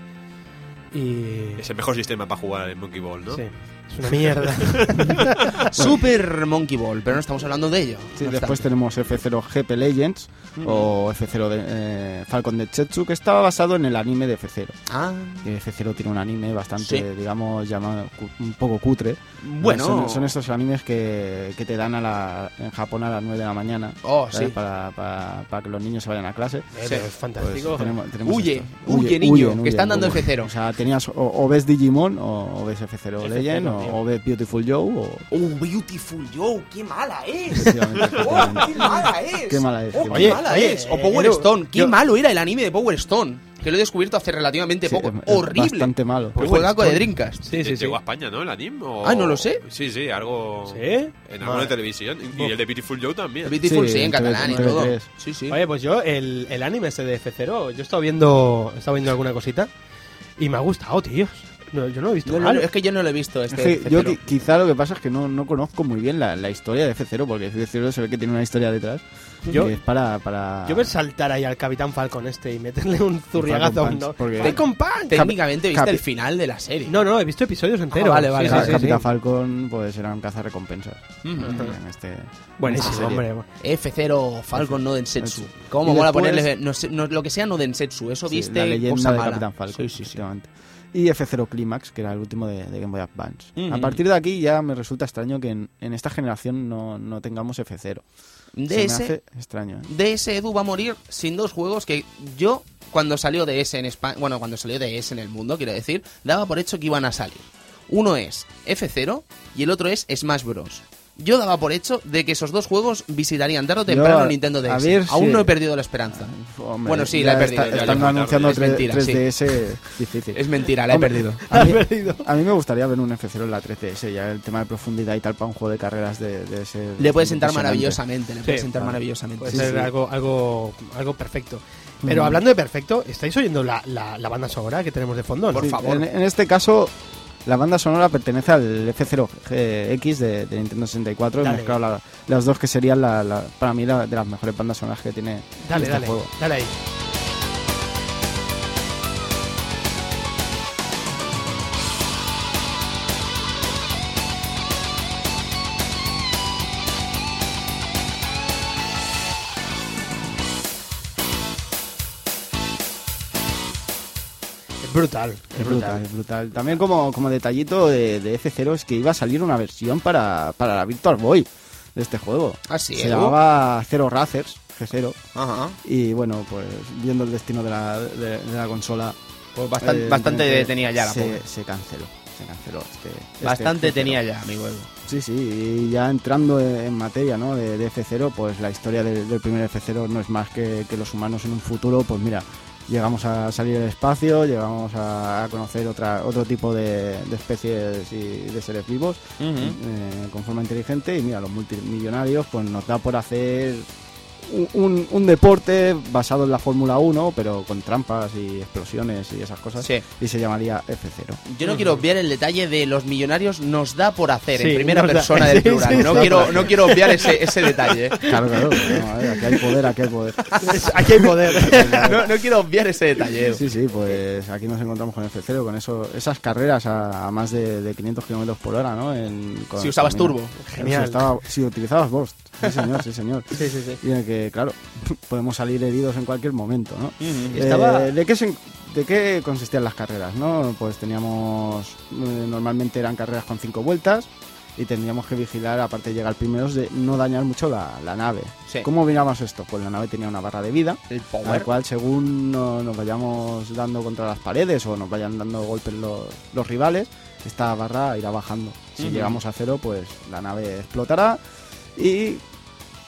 B: y...
C: Es el mejor sistema para jugar en Monkey Ball, ¿no?
B: sí, es una mierda.
A: Super Monkey Ball, pero no estamos hablando de ello.
D: Sí,
A: No
D: después
A: obstante.
D: tenemos F0 GP Legends o F0 de, eh, Falcon de Chetsu, que estaba basado en el anime de F0.
A: Ah,
D: Que F0 tiene un anime bastante,
A: Sí.
D: digamos, llamado cu- un poco cutre.
A: bueno.
D: Son, son estos animes que, que te dan a la, en Japón a las 9 de la mañana.
A: Oh,
D: ¿sabes?
A: sí.
D: Para, para- para que los niños se vayan a clase.
B: Eh, pero es fantástico.
D: Pues Tenemos- tenemos
A: Huye,
D: esto.
A: huye, niño, que están dando F0.
D: O sea, tenías o, o ves Digimon, o, o ves F0 Legend,
B: tío.
D: o, o ves Beautiful Joe, o...
A: Oh, Beautiful Joe, qué mala es.
D: Efectivamente,
A: Oh,
D: efectivamente.
A: qué mala es.
D: Qué mala es,
A: Oh,
D: qué
A: qué
D: mala es.
A: mala
B: Oye,
A: es.
B: eh,
A: O Power
B: Edu,
A: Stone. Qué
B: yo-
A: malo era el anime de Power Stone. Que lo he descubierto hace relativamente
D: Sí,
A: poco.
D: es- es
A: Horrible. Pues
D: Bastante malo.
A: Un juegaco de Dreamcast.
B: Sí, sí, sí.
C: Llegó a España, ¿no? El anime. o-
A: Ah, no lo sé.
C: Sí, sí, algo.
B: ¿Sí?
C: En algo de televisión. Y- Y el de Beautiful Joe también.
A: El Beautiful, sí,
D: Sí,
A: en
D: en
A: catalán y
D: TV3.
A: todo. Sí, sí.
B: Oye, pues yo, el, el anime ese de F0, yo he estado viendo, he estado viendo alguna cosita y me ha gustado, tíos. No, yo no lo he visto
A: No, no,
B: mal.
A: no, es que yo no lo he visto este.
D: Sí, yo
A: F0.
D: qui- quizá lo que pasa es que no, no conozco muy bien la, la historia de F0, porque F0 se ve que tiene una historia detrás.
B: Yo-
D: que es para... para...
B: Yo ver saltar ahí al Capitán Falcon este y meterle un zurriagazo a
D: Falcon
B: un...
D: Punch, porque-
B: ¡Falcon Punch!
A: Técnicamente viste
D: Capi-
A: el final de la serie.
B: No, no, he visto episodios enteros.
A: vale, vale,
D: Ca-
A: sí, sí,
D: Capitán Falcon, pues eran cazarrecompensas.
A: Ujú.
D: En este,
B: Buenísimo,
D: serie.
B: hombre. bueno.
A: F0 Falcon no Densetsu.
D: Densetsu.
A: ¿Cómo
D: Y
A: mola
D: después-
A: ponerle no sé, no- lo que sea no Densetsu? Eso
D: sí,
A: viste
D: la leyenda
A: cosa
D: de
A: mala.
D: Capitán Falcon,
A: Sí, sí, sí.
D: efectivamente. Y F0 Climax, que era el último de, de Game Boy Advance.
A: Ujú.
D: A partir de aquí ya me resulta extraño que en, en esta generación no, no tengamos F0. Se me
A: DS,
D: hace extraño. ¿eh?
A: DS Edu va a morir sin dos juegos que yo cuando salió DS en España, bueno, cuando salió DS en el mundo, quiero decir, daba por hecho que iban a salir. Uno es F0 y el otro es Smash Bros. Yo daba por hecho de que esos dos juegos visitarían tarde o temprano
D: Yo,
A: Nintendo
D: a
A: DS.
D: ver
A: Aún
D: si-
A: no he perdido la esperanza.
D: Hombre,
A: bueno, sí,
D: ya
A: la he perdido. ya
D: está-
A: la he
D: están
A: perdido.
D: anunciando
A: es mentira,
D: 3,
A: sí.
D: ds difícil.
A: Es mentira, la he
D: Hombre,
A: perdido.
D: A mí,
B: perdido.
D: a mí me gustaría ver un F0 en la 3DS, ya el tema de profundidad y tal para un juego de carreras de, de ese.
A: Le puede sentar
D: impresionante.
A: maravillosamente, le puede sentar
D: vale. Pues, eh,
A: maravillosamente.
B: Puede
A: Sí,
B: ser
A: sí.
B: Pues Algo, algo, algo perfecto. Pero hablando de perfecto, ¿estáis oyendo la, la, la banda sonora que tenemos de fondo? no?
A: Por
D: Sí,
A: favor.
D: En, en este caso, la banda sonora pertenece al F0X de, de Nintendo 64.
B: Dale.
D: He mezclado la- las dos que serían, la- la- para mí, la, de las mejores bandas sonoras que tiene
B: Dale,
D: este
B: dale,
D: juego.
B: dale ahí. Es brutal,
D: Es brutal, es brutal. También como, como detallito de, de F0 es que iba a salir una versión para, para la Virtual Boy de este juego.
A: Ah, sí,
D: Se
A: ¿eh?
D: llamaba Zero Racers, G0.
A: Ajá.
D: Y bueno, pues viendo el destino de la, de, de la consola.
A: Pues bastante,
D: eh,
A: bastante
D: evidentemente,
A: tenía ya la pobre.
D: se, se canceló. Se canceló este- este
A: Bastante
D: F0.
A: tenía ya, amigo. Edu.
D: Sí, sí, y ya entrando en materia ¿no? de, de F0, pues la historia del, del primer F0 no es más que, que los humanos en un futuro, pues mira, llegamos a salir al espacio, llegamos a, a conocer otra, otro tipo de, de especies y de seres vivos eh, con forma inteligente y mira, los multimillonarios pues nos da por hacer un, un- un deporte basado en la Fórmula 1, pero con trampas y explosiones y esas cosas,
A: Sí.
D: y se llamaría F0.
A: Yo no quiero obviar el detalle de los millonarios nos da por hacer en
B: Sí,
A: primera
B: nos da.
A: persona del
B: Sí,
A: plural.
B: sí,
A: no,
B: sí.
A: quiero, no quiero obviar ese, ese detalle.
D: Claro, claro, bueno, a ver, aquí hay poder, aquí hay poder.
B: aquí hay poder.
A: No, no quiero obviar ese detalle. Edu.
D: Sí, sí, pues aquí nos encontramos con el F0, con eso, esas carreras a, a más de, de 500 kilómetros por hora, ¿no? En- con-
A: Si usabas
D: con-
A: turbo.
B: Genial.
D: Si, estaba- si utilizabas Bost. Sí, señor, sí, señor.
B: Sí, sí, sí.
D: Y en el que, claro, podemos salir heridos en cualquier momento, ¿no?
A: Ujú.
D: Eh,
B: Estaba-
D: ¿de, qué se- de qué consistían las carreras, no? Pues teníamos... eh, normalmente eran carreras con cinco vueltas. y tendríamos que vigilar, aparte de llegar primeros, de no dañar mucho la, la nave.
A: Sí.
D: ¿Cómo miramos esto? Pues la nave tenía una barra de vida,
A: El
D: la
B: ah,
A: power.
D: cual según no- nos vayamos dando contra las paredes o nos vayan dando golpes los, los rivales, esta barra irá bajando. Si
A: Ujú.
D: llegamos a cero, pues la nave explotará y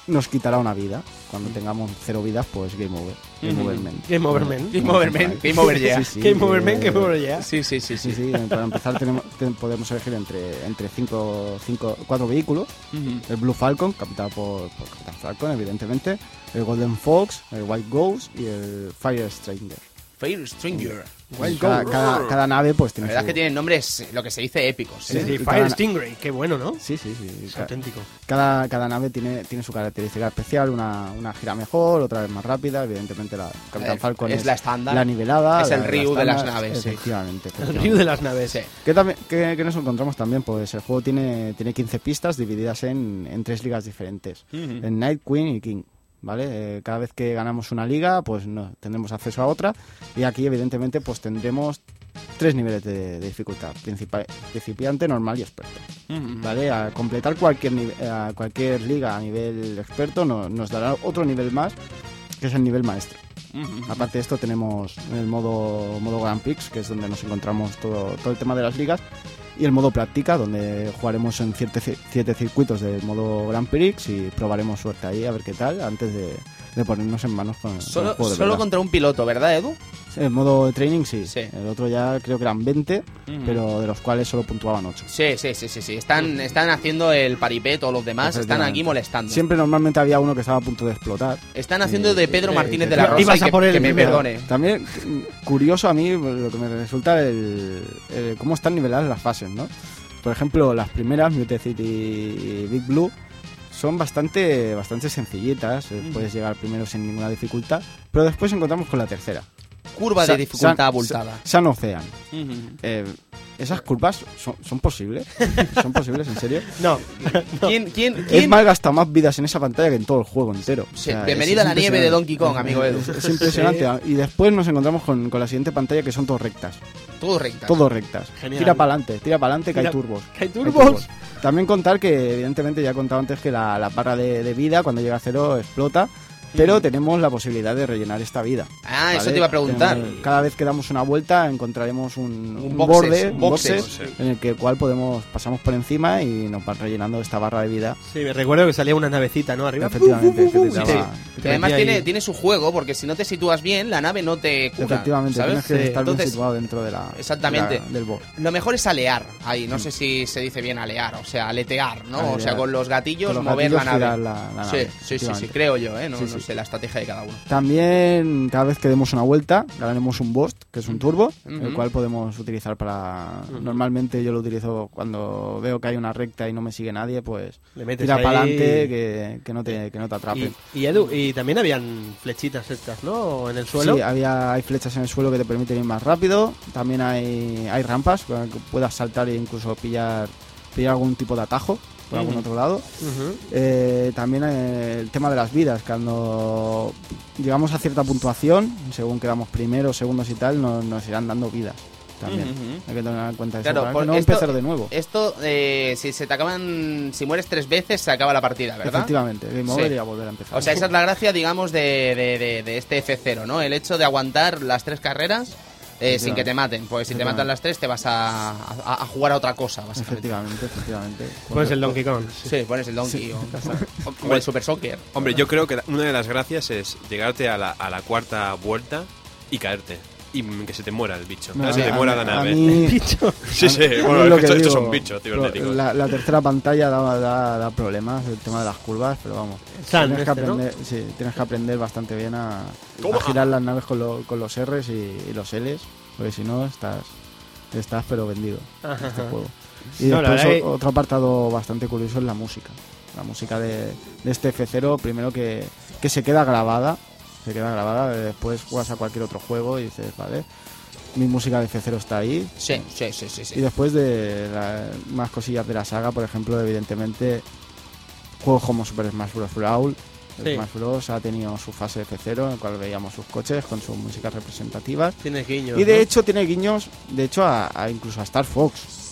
D: nos quitará una vida. Cuando tengamos cero vidas, pues game over. Game
A: Ujú.
D: over, man.
B: Game over, man.
D: Game
A: Game over, man. Game over, yeah.
D: Sí, sí,
B: Game over, man,
D: que-
B: game over, ya.
A: Sí, sí, sí,
D: Sí,
A: sí.
D: sí, eh, para empezar tenemos, te- podemos elegir entre, entre cinco, cinco, cuatro vehículos.
A: Ujú.
D: El Blue Falcon, capitado por, por Capitán Falcon, evidentemente. El Golden Fox, el White Ghost y el Fire Stranger.
A: Fire Stringer.
D: Y cada, cada- cada nave pues
A: La
D: tiene
A: verdad es
D: su-
A: que tienen nombres, eh, lo que se dice, épicos.
D: Sí,
B: Sí,
D: y
B: sí,
D: cada-
B: Fire Stingray, qué bueno, ¿no?
D: Sí, sí, sí.
B: Es
D: Ca-
B: auténtico.
D: Cada, cada nave tiene, tiene su característica especial, una, una gira mejor, otra vez más rápida. Evidentemente la Capitán
A: Eh,
D: Falcon
A: es la estándar.
D: La nivelada.
A: Es el Ryu de las
D: estándar,
A: naves, sí.
D: Efectivamente.
B: El
D: efectivamente.
B: río de las naves.
A: Sí.
D: ¿Qué, también- qué- qué nos encontramos también? Pues el juego tiene, tiene 15 pistas divididas en, en tres ligas diferentes. En Night, Queen y King. ¿Vale? Eh, cada vez que ganamos una liga, pues no, tendremos acceso a otra. Y aquí, evidentemente, pues tendremos tres niveles de, de dificultad. Principi- principiante, normal y experto. ¿Vale? Al completar cualquier, nive- eh, a cualquier liga a nivel experto no- nos dará otro nivel más, que es el nivel maestro. Aparte de esto tenemos el modo, modo Grand Prix, que es donde nos encontramos todo, todo el tema de las ligas, y el modo práctica, donde jugaremos en siete, ci- siete circuitos del modo Grand Prix y probaremos suerte ahí a ver qué tal antes de, de ponernos en manos con, con el
A: Solo,
D: juego de
A: solo
D: verdad.
A: contra un piloto, ¿verdad, Edu?
D: Sí, El modo training sí.
A: Sí. Mm.
D: el otro ya creo que eran 20, pero de los cuales solo puntuaban 8.
A: Sí, sí, sí, sí, sí. Están, están haciendo el paripé, todos los demás están aquí molestando.
D: Siempre normalmente había uno que estaba a punto de explotar.
A: Están haciendo de Pedro
D: Eh,
A: Martínez
D: eh,
A: de la
D: ibas
A: Rosa y
B: a
A: que,
B: por él,
A: que me
B: primero.
A: perdone.
D: También mm, curioso a mí lo que me resulta el, el cómo están niveladas las fases, ¿no? Por ejemplo, las primeras, Mute City y Big Blue, son bastante, bastante sencillitas,
A: Mm.
D: eh, puedes llegar primero sin ninguna dificultad, pero después encontramos con la tercera.
A: Curva de
D: Sa-
A: dificultad
D: San-
A: abultada.
D: Sa- San Ocean. Eh, esas curvas son, son posibles, son posibles, en serio.
B: No,
A: ¿Quién, quién,
D: Es
A: quién?
D: más, gasta más vidas en esa pantalla que en todo el juego entero.
A: Sí,
D: O sea,
A: bienvenida
D: es
A: a la nieve de
D: impresionante.
A: Donkey Kong, amigo Edu.
D: Es, es impresionante. Y después nos encontramos con, con la siguiente pantalla que son todas rectas.
A: Todo recta.
D: Todo rectas.
B: Genial.
D: Tira para adelante, tira para adelante que hay
B: Tira-
D: turbos.
B: que hay
D: Hay
B: turbos.
D: También contar que, evidentemente, ya he contado antes que la, la barra de, de vida cuando llega a cero explota. Pero tenemos la posibilidad de rellenar esta vida.
A: Ah, eso
D: ¿vale? Eh,
A: te iba a preguntar.
D: Tenemos- Cada vez que damos una vuelta encontraremos un,
A: Un
D: un
A: boxes,
D: borde,
A: un
D: un
A: boxes.
D: boxes, en el que cual podemos pasamos por encima y nos van rellenando esta barra de vida.
B: Sí, me recuerdo que salía una navecita, ¿no? Arriba.
D: Efectivamente, que te
B: Sí,
D: daba-
B: sí.
D: que
A: Que
D: te
A: además
B: metía
A: tiene,
B: ahí.
A: tiene su juego, porque si no te sitúas bien, la nave no te cura.
D: Efectivamente,
A: ¿sabes?
D: tienes que
B: Sí.
D: estar bien
A: Entonces,
D: situado dentro de la,
A: exactamente.
D: de la- del board.
A: Lo mejor es alear ahí. No sé si se dice bien alear, o sea, aletear, ¿no? O
D: Mm. Alear.
A: sea, con los gatillos
D: Con los
A: mover
D: gatillos
A: la
D: girar
A: nave.
D: la- la
A: sí,
D: nave,
A: sí, sí, sí,
D: efectivamente.
A: creo yo, ¿eh? No,
D: Sí,
A: no
D: sí.
A: sé la estrategia de cada uno.
D: También cada vez que demos una vuelta ganaremos un boost, que es un turbo,
A: Ujú.
D: el cual podemos utilizar para... Normalmente yo lo utilizo cuando veo que hay una recta y no me sigue nadie, pues
B: Le metes
D: tira
B: ahí.
D: para adelante que, que no
A: eh,
D: te, que no te atrape.
B: Y, y Edu, y también habían flechitas estas, ¿no? En el suelo.
D: Sí, ah, había, hay flechas en el suelo que te permiten ir más rápido. También hay, hay rampas para que puedas saltar e incluso pillar, pillar algún tipo de atajo por algún otro lado.
B: Ujú.
D: Eh, también eh, el tema de las vidas. Cuando llegamos a cierta puntuación, según quedamos primeros, segundos y tal, nos, nos irán dando vidas también. Hay que tener en cuenta eso.
A: Claro,
D: para
A: por
D: no
A: esto-
D: empezar de nuevo.
A: Esto, eh, si se te acaban. Si mueres tres veces, se acaba la partida, ¿verdad?
D: Efectivamente, Game Over
A: Sí.
D: y a volver a empezar.
A: O sea, esa es la gracia, digamos, de, de- de- de este F0, ¿no? El hecho de aguantar las tres carreras eh, sin que te maten. Porque si te matan las tres, te vas a, a- a jugar a otra cosa, básicamente.
D: Efectivamente, efectivamente.
B: Pones el Donkey Kong.
A: Sí, pones el Donkey o, o- o el Super Soccer.
C: Hombre, yo creo que la- una de las gracias es llegarte a la, a la cuarta vuelta y caerte. Y mm, que se te muera el bicho.
D: No,
C: que se
D: a-
C: te muera
D: a-
C: la
D: a
C: nave.
D: mí-
B: Picho.
C: Sí, sí.
D: Es
C: Bueno,
D: lo
C: es que
D: que
C: esto- estos
D: digo,
C: son bichos
D: lo-
C: cibernéticos.
D: La, la tercera pantalla da, da- da problemas, el tema de las curvas, pero vamos.
B: San,
D: tienes,
B: este,
D: que
B: ¿no?
D: aprender, sí, tienes que aprender bastante bien a, a
C: Toma.
D: girar las naves con, lo- con los R's y, y los L's, porque si no estás, estás pero vendido en este juego. Y
B: No, la
D: después
B: verdad
D: o- otro apartado bastante curioso es la música. La música de, de este F0, primero que, que se queda grabada, se queda grabada, eh, después juegas a cualquier otro juego y dices, vale, mi música de F0 está ahí, eh,
A: Sí, sí, sí, sí. sí.
D: y después de la- más cosillas de la saga, por ejemplo, evidentemente, juegos como Super Smash Bros. Brawl. el
B: Sí.
D: Smash Bros. ha tenido su fase F0, en la cual veíamos sus coches con sus músicas representativas.
B: Tienes guiños.
D: Y de
B: ¿no?
D: hecho tiene guiños, de hecho, a, a incluso a Star Fox.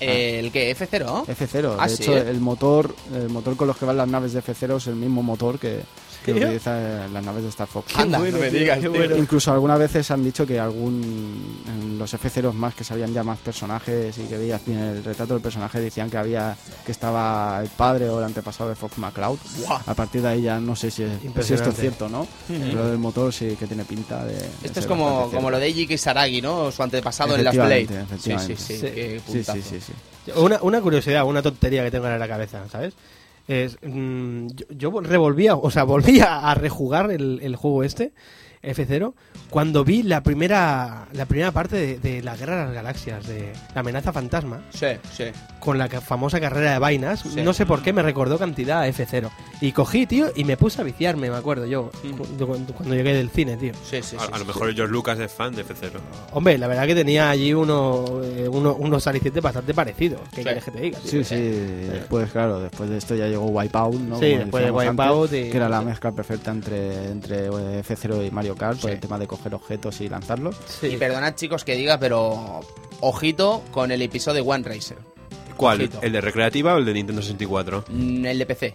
A: Eh, ¿El que ¿F0?
D: F0.
A: Ah,
D: de
A: sí.
D: hecho,
B: eh?
D: el motor el motor con los que van las naves de F0 es el mismo motor que, que
B: ¿Sí?
D: utiliza eh, las naves de Star Fox.
A: Anda,
B: bueno,
A: no me
B: tío,
A: digas,
B: qué
A: tío.
B: bueno.
D: Incluso algunas veces han dicho que algún en los F0 más que sabían ya más personajes y que veías bien el retrato del personaje decían que había que estaba el padre o el antepasado de Fox McCloud. A partir de ahí ya no sé si, es- si esto es
B: Impresionante.
D: cierto, ¿no? Pero del motor sí que tiene pinta de. de
A: Esto
D: ser
A: es como,
D: bastante
A: como
D: cierto.
A: lo de Jiki Saragi, ¿no? Su antepasado en las Blade.
D: Efectivamente,
A: Sí, sí, sí.
D: efectivamente.
A: qué
D: Sí, sí,
A: puntazo.
D: sí, sí.
B: Una, una curiosidad, una tontería que tengo en la cabeza, ¿sabes? Es, mm, yo, yo revolvía, o sea, volvía a rejugar el, el juego este, F0, cuando vi la primera, la primera parte de, de la Guerra de las Galaxias, de la amenaza fantasma,
A: Sí, sí.
B: con la ca- famosa carrera de vainas.
A: Sí.
B: No sé por qué me recordó cantidad a F0. Y cogí, tío, y me puse a viciarme, me acuerdo yo,
A: Mm.
B: cu- de cuando, cuando llegué del cine, tío.
A: Sí, sí,
C: A,
A: sí,
C: a lo
A: sí.
C: mejor el George Lucas es fan de F0.
B: Hombre, la verdad que tenía allí uno, eh, uno- unos alicientes bastante parecidos. ¿Qué
A: Sí.
B: quieres que te diga? tío?
D: Sí, sí, después, claro, después de esto ya llegó Wipeout, ¿no?
B: Sí,
D: Como
B: después de
D: decíamos
B: Wipeout y-
D: Que era la mezcla perfecta entre, entre eh, F0 y Mario Kart, por el tema de coger objetos y lanzarlos.
B: Sí.
A: Y perdonad, chicos, que diga, pero ojito con el episodio de One Racer.
C: ¿Cuál?
A: Ojito.
C: ¿El de Recreativa o el de Nintendo 64?
A: Mm, El de PC.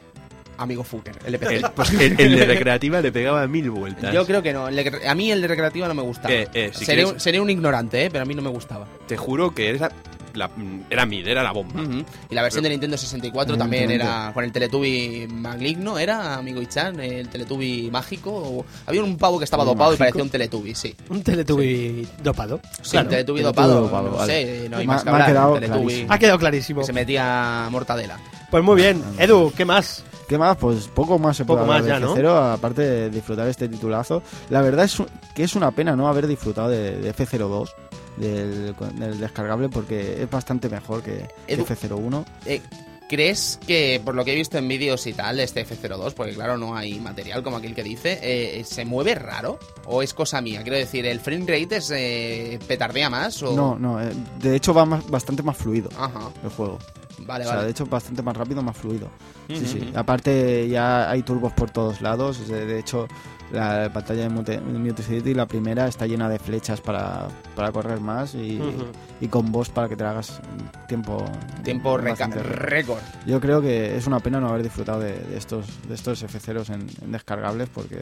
A: Amigo Fuker, el de PC.
C: El, pues el, el de Recreativa le pegaba mil vueltas.
A: Yo creo que no. el de- A mí el de recreativa no me gustaba.
C: Eh, eh, si
A: seré,
C: quieres-
A: un, seré un ignorante, eh, pero a mí no me gustaba.
C: Te juro que era, la, era mil, era la bomba.
A: Ujú. Y la versión de Nintendo 64 también era con el Teletubby maligno, ¿era, amigo Ichan? El Teletubby mágico. o- Había un pavo que estaba dopado y parecía un Teletubby, sí.
B: Un Teletubby dopado.
A: Sí,
B: Claro.
A: un Teletubby
D: Teletubby
A: dopado.
D: dopado,
A: no
D: vale.
A: sé, no hay
D: Me-
A: más que
D: me ha
A: hablar.
D: quedado
A: un Teletubby
D: clarísimo.
B: Ha quedado clarísimo.
A: que se metía mortadela.
B: Pues muy bien.
D: Ah,
B: Edu, ¿qué más?
D: ¿Qué más? Pues poco más se
B: Poco
D: puede hablar
B: más ya,
D: de
B: ¿no?
D: F0, aparte de disfrutar este titulazo. La verdad es un- que es una pena no haber disfrutado de, de F02, del, del descargable, porque es bastante mejor que, que
A: Edu.
D: F01.
A: Eh, ¿Crees que, por lo que he visto en vídeos y tal, este F02, porque claro, no hay material como aquel que dice, eh, se mueve raro? ¿O es cosa mía? Quiero decir, ¿el frame rate es, eh, petardea más? O...
D: No, no, eh, de hecho va más- bastante más fluido
A: Ajá,
D: el juego.
A: vale,
D: O sea, de
A: vale.
D: hecho es bastante más rápido, más fluido. Sí, sí.
A: Ujú.
D: Aparte ya hay turbos por todos lados. o sea, De hecho, la pantalla de Mute- Multicity, la primera, está llena de flechas para, para correr más y,
B: Ujú.
D: y con vos para que te hagas tiempo...
A: Tiempo reca-
D: bastante rápido.
A: récord.
D: Yo creo que es una pena no haber disfrutado de, de estos de estos F0 en, en descargables porque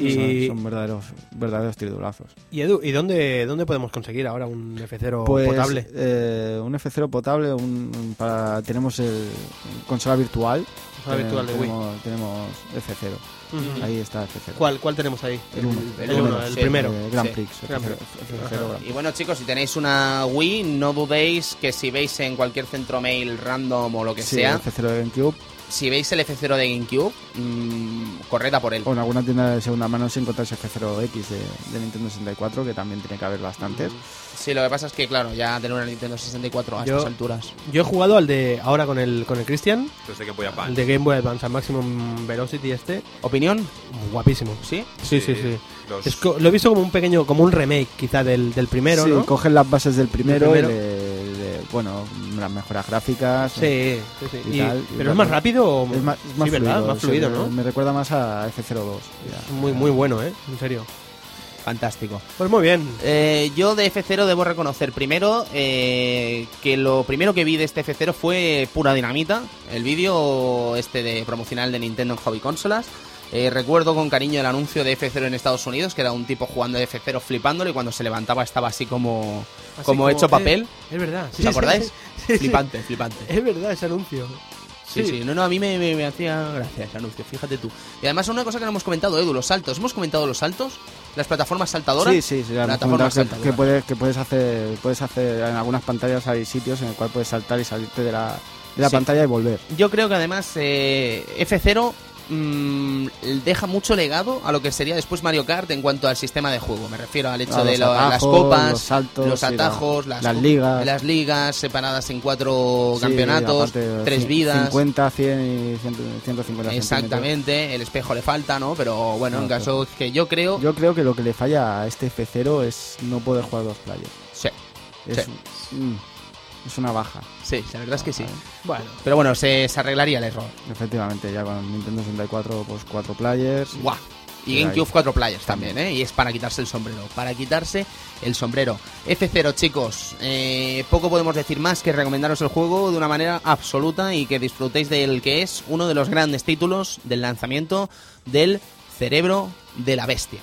B: Y-
D: son, son verdaderos verdaderos titulazos.
B: Y Edu, ¿y dónde, dónde podemos conseguir ahora un F0
D: Pues,
B: potable?
D: eh, un F0 potable, un, un para, tenemos el consola virtual.
B: Consola virtual de Wii.
D: tenemos, tenemos F0. Ahí está F0.
B: ¿Cuál, ¿Cuál tenemos ahí?
D: El uno.
A: El
B: El,
A: uno,
B: uno, el
A: sí.
B: primero.
D: Eh, Grand
A: Sí,
D: Prix.
B: Grand
D: F0,
B: Prix.
D: F0 Grand
A: Y bueno, chicos, si tenéis una Wii, no dudéis que si veis en cualquier centro mail random o lo que
D: Sí,
A: sea,
D: F0 de GameCube.
A: si veis el F0 de GameCube, mm, corred a por él.
D: O en alguna tienda de segunda mano si encontráis F0X de, de Nintendo 64, que también tiene que haber bastantes.
A: Mm. Sí, lo que pasa es que, claro, ya tener una Nintendo 64 a
B: Yo-
A: estas alturas.
B: Yo he jugado al de ahora con el con el Christian,
C: Yo sé que voy a
B: el
C: pan.
B: de Game Boy Advance al Maximum Velocity este,
A: ¿Opinión?
B: guapísimo.
A: ¿Sí?
B: Sí, sí, sí.
C: Eh, los-
B: Es co- lo he visto como un pequeño, como un remake quizá del, del primero,
D: Sí,
B: ¿no?
D: cogen las bases del primero,
B: Del primero.
D: y le- le- bueno, las mejoras gráficas.
B: Sí, sí, sí.
D: Y
B: Y-
D: tal, y
B: pero es
D: bueno,
B: más rápido o
D: Es más, es más
B: sí, ¿verdad?
D: fluido,
B: más fluido,
D: sí,
B: ¿no?
D: Me recuerda más a F02.
B: Es
D: ya.
B: Muy, muy bueno, ¿eh? En serio.
A: Fantástico.
B: Pues muy bien.
A: Eh, yo de F0 debo reconocer primero eh, que lo primero que vi de este F0 fue pura dinamita, el vídeo este de promocional de Nintendo en Hobby Consolas. Eh, recuerdo con cariño el anuncio de F0 en Estados Unidos, que era un tipo jugando de F0 flipándolo y cuando se levantaba estaba así como,
B: Así
A: como, hecho
B: eh,
A: papel.
B: es verdad. sí,
A: ¿Os acordáis?
B: sí, sí, sí.
A: Flipante, flipante.
B: Es verdad ese anuncio.
A: Sí, sí, no, no, a mí me, me- me hacía gracia ese anuncio, fíjate tú. Y además una cosa que no hemos comentado, Edu, los saltos. ¿Hemos comentado los saltos? ¿Las plataformas saltadoras?
D: Sí, sí, sí, la
A: plataforma
D: que,
A: saltadora.
D: que puedes, que puedes hacer, puedes hacer en algunas pantallas hay sitios en el cual puedes saltar y salirte de la, de la
A: Sí.
D: pantalla y volver.
A: Yo creo que además eh, F0 mm, deja mucho legado a lo que sería después Mario Kart en cuanto al sistema de juego. Me refiero al hecho
D: A
A: de
D: los
A: lo- las
D: atajos,
A: copas,
D: los saltos,
A: los
D: sí, la-
A: atajos, las,
D: las ligas.
A: las ligas separadas en cuatro
D: Sí,
A: campeonatos,
D: aparte, eh,
A: tres
D: cin-
A: vidas.
D: 50, 100 y 100 150 centímetros.
A: Exactamente, el espejo le falta, ¿no? Pero bueno, en
D: No,
A: caso que yo creo...
D: Yo creo que lo que le falla a este F0 es no poder jugar dos players.
A: Sí,
D: Es,
A: Sí.
D: mm, es una baja.
A: sí, la verdad es que sí.
B: Bueno.
A: Pero bueno, se, se arreglaría el error.
D: Efectivamente, ya con Nintendo 64, pues cuatro players.
A: ¡Guau! Y GameCube 4 Players también, ¿eh? Y es para quitarse el sombrero. Para quitarse el sombrero. F0, chicos. eh, poco podemos decir más que recomendaros el juego de una manera absoluta y que disfrutéis del que es uno de los grandes títulos del lanzamiento del cerebro de la bestia.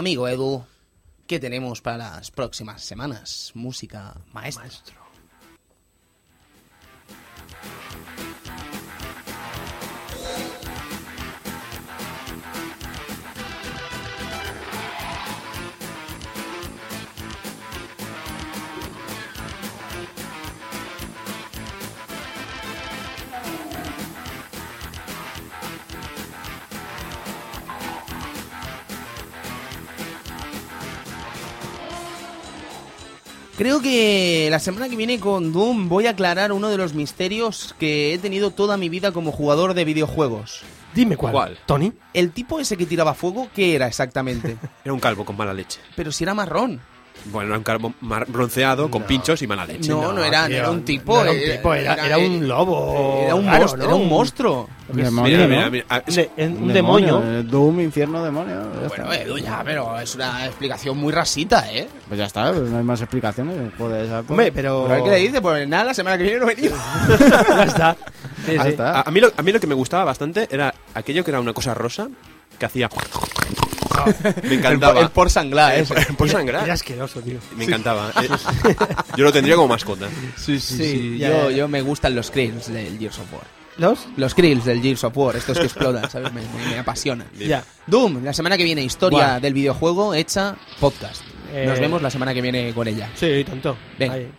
A: Amigo Edu, ¿qué tenemos para las próximas semanas? Música maestra. Creo que la semana que viene con Doom voy a aclarar uno de los misterios que he tenido toda mi vida como jugador de videojuegos.
B: Dime cuál.
C: ¿Cuál?
B: ¿Tony?
A: El tipo ese que tiraba fuego, ¿qué era exactamente?
C: Era un calvo con mala leche.
A: Pero si era marrón.
C: Bueno, era un calvo mar- bronceado con pinchos y mala leche.
A: No, no, era,
B: Ah, tío,
A: era un tipo. eh,
B: no era un tipo, era, era un lobo.
A: Era un,
B: raro,
A: monstruo,
B: ¿no?
A: era un monstruo.
D: Demonio,
C: Mira,
D: ¿no?
C: mira, mira, ah,
B: Un,
C: es-
B: de- en- un
D: Un
B: demonio.
D: eh, Doom, infierno, demonio. ya
A: Bueno,
D: está.
A: Edu, ya, pero es una explicación muy rasita, ¿eh?
D: Pues ya está, pues no hay más explicaciones. ah, pues, Joder, esa-
B: Hombre, pero.
A: Pero ¿Qué le dice? Pues nada, la semana que viene no he venido.
B: ya está. Sí,
D: Ya
B: sí.
D: está.
A: Ah,
C: a, a mí lo, a mí lo que me gustaba bastante era aquello que era una cosa rosa que hacía. Me encantaba.
A: El, por sangrar, ¿eh?
C: Por- por sangrar.
B: Era asqueroso, tío.
C: Me encantaba. Eh, Yo lo tendría como mascota.
A: Sí,
B: ya,
A: yo,
B: ya.
A: yo me gustan los Krills del Gears of War.
B: ¿Los?
A: Los Krills del Gears of War, estos que explotan, ¿sabes? Me, me- me apasionan.
B: Ya.
A: Doom, la semana que viene, historia
B: Buah.
A: del videojuego hecha podcast. Nos
B: Eh,
A: vemos la semana que viene con ella.
B: Sí, tanto.
A: Venga.
B: Ahí.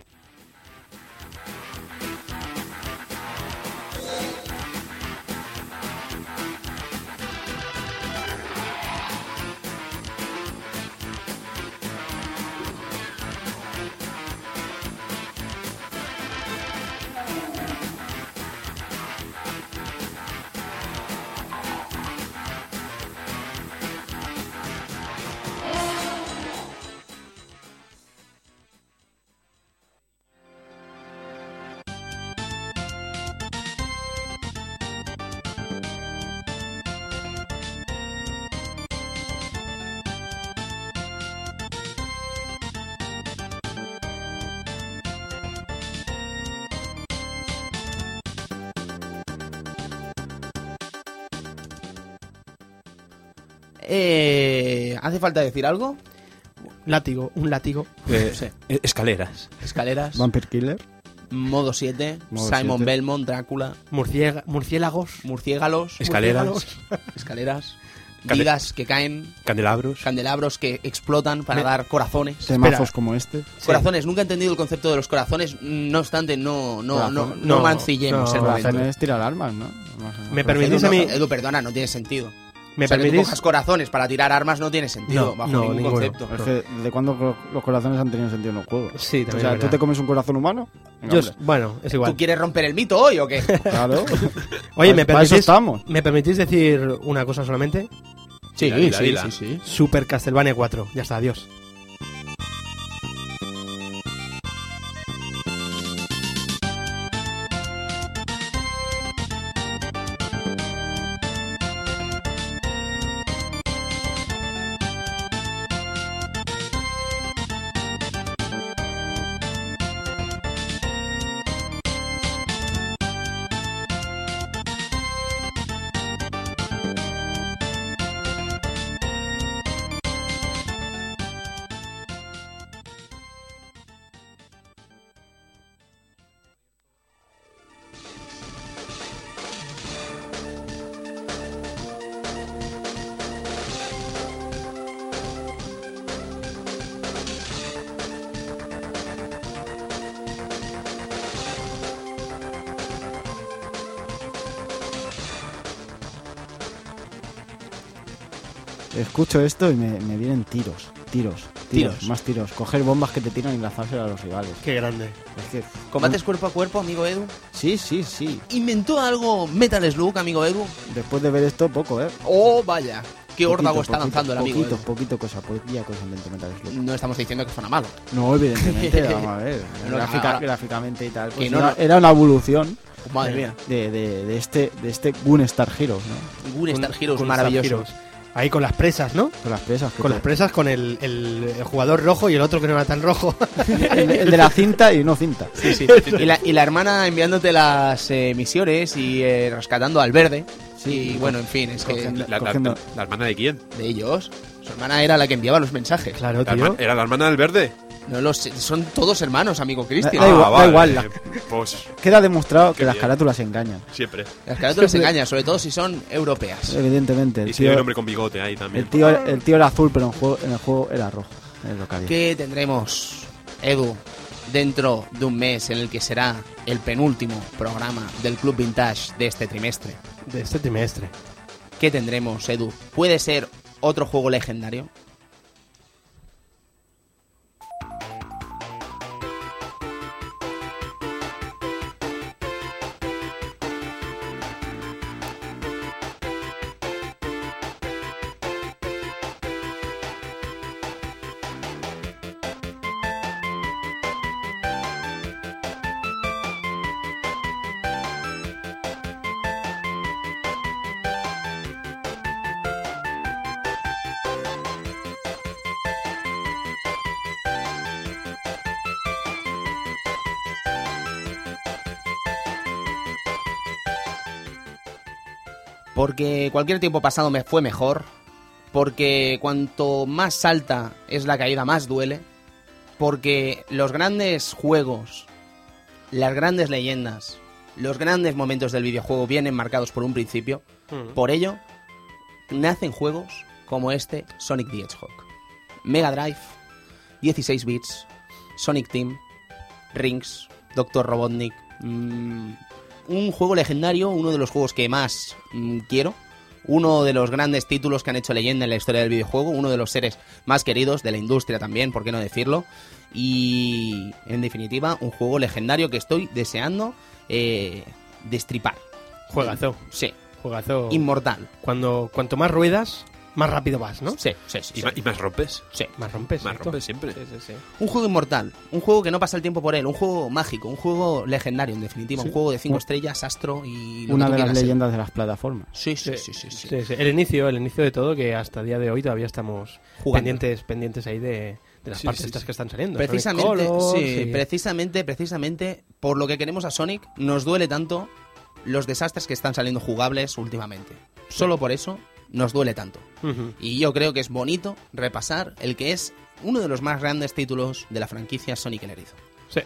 A: Eh, ¿Hace falta decir algo?
B: Látigo, un látigo.
C: Eh,
A: Sí.
C: eh, Escaleras.
A: Escaleras,
D: Vampire Killer.
A: modo 7,
D: Modo
A: Simon
D: 7.
A: Belmont, Drácula,
B: Murciega- murciélagos.
A: murciélagos,
C: Escaleras.
B: Murciélagos.
A: escaleras,
C: Candel-
A: vigas que caen,
C: Candelabros.
A: candelabros que explotan para
B: Me-
A: dar corazones.
D: Temazos como este.
A: Corazones, nunca he entendido el concepto de los corazones, no obstante, no, no, no, no,
D: Corazón.
B: No,
A: mancillemos
B: no,
A: el momento.
D: Corazones tirar armas, ¿no? Más o menos.
B: Me
A: Edu,
B: permitís
A: no,
B: a mí.
A: Edu, perdona, no tiene sentido.
B: Me
A: o sea, que tú
B: permitís.
A: cojas corazones para tirar armas no tiene sentido,
B: No,
A: bajo
B: no,
A: ningún
B: ninguno.
A: concepto.
D: Es que, ¿de cuándo cro- los corazones han tenido sentido en los juegos?
B: Sí, también.
D: o
B: es
D: sea, ¿tú
B: verdad.
D: te comes un corazón humano? Venga,
B: Yo-
D: hombre.
B: bueno, es igual.
A: ¿Tú quieres romper el mito hoy o qué?
D: Claro.
B: Oye, ¿me
D: Para eso
B: permitís,
D: estamos.
B: ¿me permitís decir una cosa solamente?
A: Sí,
C: Dila, dila, dila.
B: Super Castlevania 4. Ya está, adiós.
D: escucho esto y me, me vienen tiros, tiros, tiros,
A: Tiros.
D: más tiros. Coger bombas que te tiran y lanzárselas a los rivales.
B: Qué grande.
D: Es que,
A: ¿Combates cuerpo a cuerpo, amigo Edu?
D: Sí, sí, sí.
A: ¿Inventó algo Metal Slug, amigo Edu?
D: mm, Después de ver esto, poco, ¿eh?
A: ¡Oh, vaya! ¡Qué
D: Poquito,
A: órdago está
D: poquito,
A: lanzando el amigo eh.
D: Poquito,
A: Edu.
D: poquito cosa, poquilla cosa en Metal Slug.
A: No estamos diciendo que suena malo.
D: No, evidentemente, vamos a ver.
A: No,
D: gráfica-
A: ahora-
D: gráficamente y tal. pues
A: Que no,
D: era,
A: no.
D: era una evolución
A: Madre mía.
D: de, de- de este, de este Gunstar Heroes, ¿no?
A: Gun Star Heroes,
B: Con
A: maravilloso.
B: Star Heroes. Ahí con las presas, ¿no?
D: Con las presas. que
B: Con
D: te-
B: las presas, con el, el, el jugador rojo y el otro que no era tan rojo.
D: el, el de la cinta y no cinta.
A: Sí, sí. Y la, y la hermana enviándote las eh, misiones y eh, rescatando al verde.
D: Sí,
A: y bueno, en fin, es que
D: cogiendo-
A: de
C: La, la-
D: Cogiendo-
C: la hermana de quién?
A: ellos, su hermana era la que enviaba los mensajes.
B: claro,
C: La
B: tío.
C: herma- ¿Era la hermana del verde? Ah,
A: No los son todos hermanos, amigo
D: Da
A: Cristian.
D: igual, da igual, la-
C: Pues
D: Queda demostrado que
C: Qué
D: las
C: bien.
D: carátulas engañan.
C: siempre.
A: Las carátulas engañan, sobre todo si son europeas.
D: Evidentemente.
C: Y
D: El
C: si hay
D: tío,
C: un hombre con bigote ahí también.
D: el tío, el tío era azul, pero en, juego- en el juego era rojo. Es lo que había.
A: ¿Qué tendremos, Edu, dentro de un mes en el que será el penúltimo programa del Club Vintage de este trimestre?
B: De este trimestre.
A: ¿Qué tendremos, Edu? ¿Puede ser otro juego legendario? Porque cualquier tiempo pasado me fue mejor. Porque cuanto más alta es la caída, más duele. Porque los grandes juegos, las grandes leyendas, los grandes momentos del videojuego vienen marcados por un principio. Por ello, nacen juegos como este Sonic the Hedgehog, Mega Drive, 16 bits, Sonic Team, Rings, Doctor Robotnik. mm, un juego legendario, uno de los juegos que más mm, quiero. Uno de los grandes títulos que han hecho leyenda en la historia del videojuego, uno de los seres más queridos de la industria también, por qué no decirlo. Y en definitiva, un juego legendario que estoy deseando eh, destripar.
B: Juegazo.
A: Sí,
B: Juegazo.
A: inmortal.
B: Cuando, cuanto más ruedas, más rápido vas, ¿no?
A: Sí, sí, sí.
C: ¿Y,
A: sí.
C: ma- y más rompes?
A: Sí.
B: Más rompes.
C: Más
B: ¿cierto?
C: rompes siempre.
A: Un juego inmortal, un juego que no pasa el tiempo por él, un juego mágico, un juego legendario en definitiva, un juego de cinco estrellas, astro y... lo que
D: Una
A: tú
D: de las
A: quieras ser.
D: leyendas de las plataformas.
A: Sí, sí, sí, sí. sí.
B: Sí, sí. El inicio, el inicio de todo, que hasta el día de hoy todavía estamos
A: Jugando.
B: pendientes, pendientes ahí de, de las
C: Sí,
B: partes
C: sí,
B: estas
C: sí.
B: que están saliendo. Sonic
A: Precisamente,
B: Colors,
A: sí,
B: y-
A: precisamente, precisamente, por lo que queremos a Sonic, nos duele tanto los desastres que están saliendo jugables últimamente. Solo por eso nos duele tanto.
B: Ujú.
A: Y yo creo que es bonito repasar el que es uno de los más grandes títulos de la franquicia Sonic el Erizo.
B: Sí.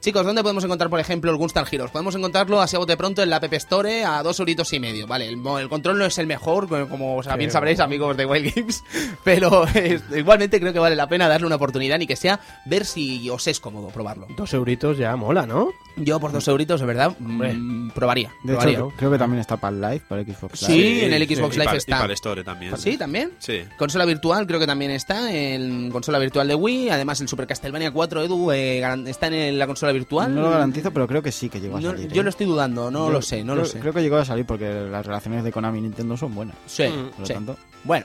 A: Chicos, ¿dónde podemos encontrar, por ejemplo, el Gunstar Heroes? Podemos encontrarlo así a bote pronto en la App Store a dos horitos y medio. Vale, el, mo- el control no es el mejor, co- como o sea, bien
B: Pero-
A: sabréis, amigos de Wild Games, pero es- igualmente creo que vale la pena darle una oportunidad ni que sea ver si os es cómodo probarlo.
B: Dos euritos ya mola, ¿no?
A: Yo por dos euritos, de verdad,
B: Hombre.
A: mm, probaría.
D: De
A: probaría.
D: hecho, creo que también está para el live, para Xbox Live.
A: Sí, en el Xbox
C: y
A: Live
C: para-
A: está. ¿Ah,
C: Y para el Store también.
A: ¿Sí? ¿También?
C: Sí.
A: Consola virtual creo que también está, en consola virtual de Wii, además el Super Castlevania 4 Edu eh, garan- está en la consola virtual.
D: No lo garantizo, pero creo que sí que llegó a
A: No,
D: salir.
A: yo
D: ¿eh?
A: lo estoy dudando, no
D: Yo
A: lo sé, no lo
D: creo-
A: sé.
D: Creo que llegó a salir porque las relaciones de Konami y Nintendo son buenas.
A: Sí,
D: Por lo
A: sí.
D: tanto,
A: Bueno,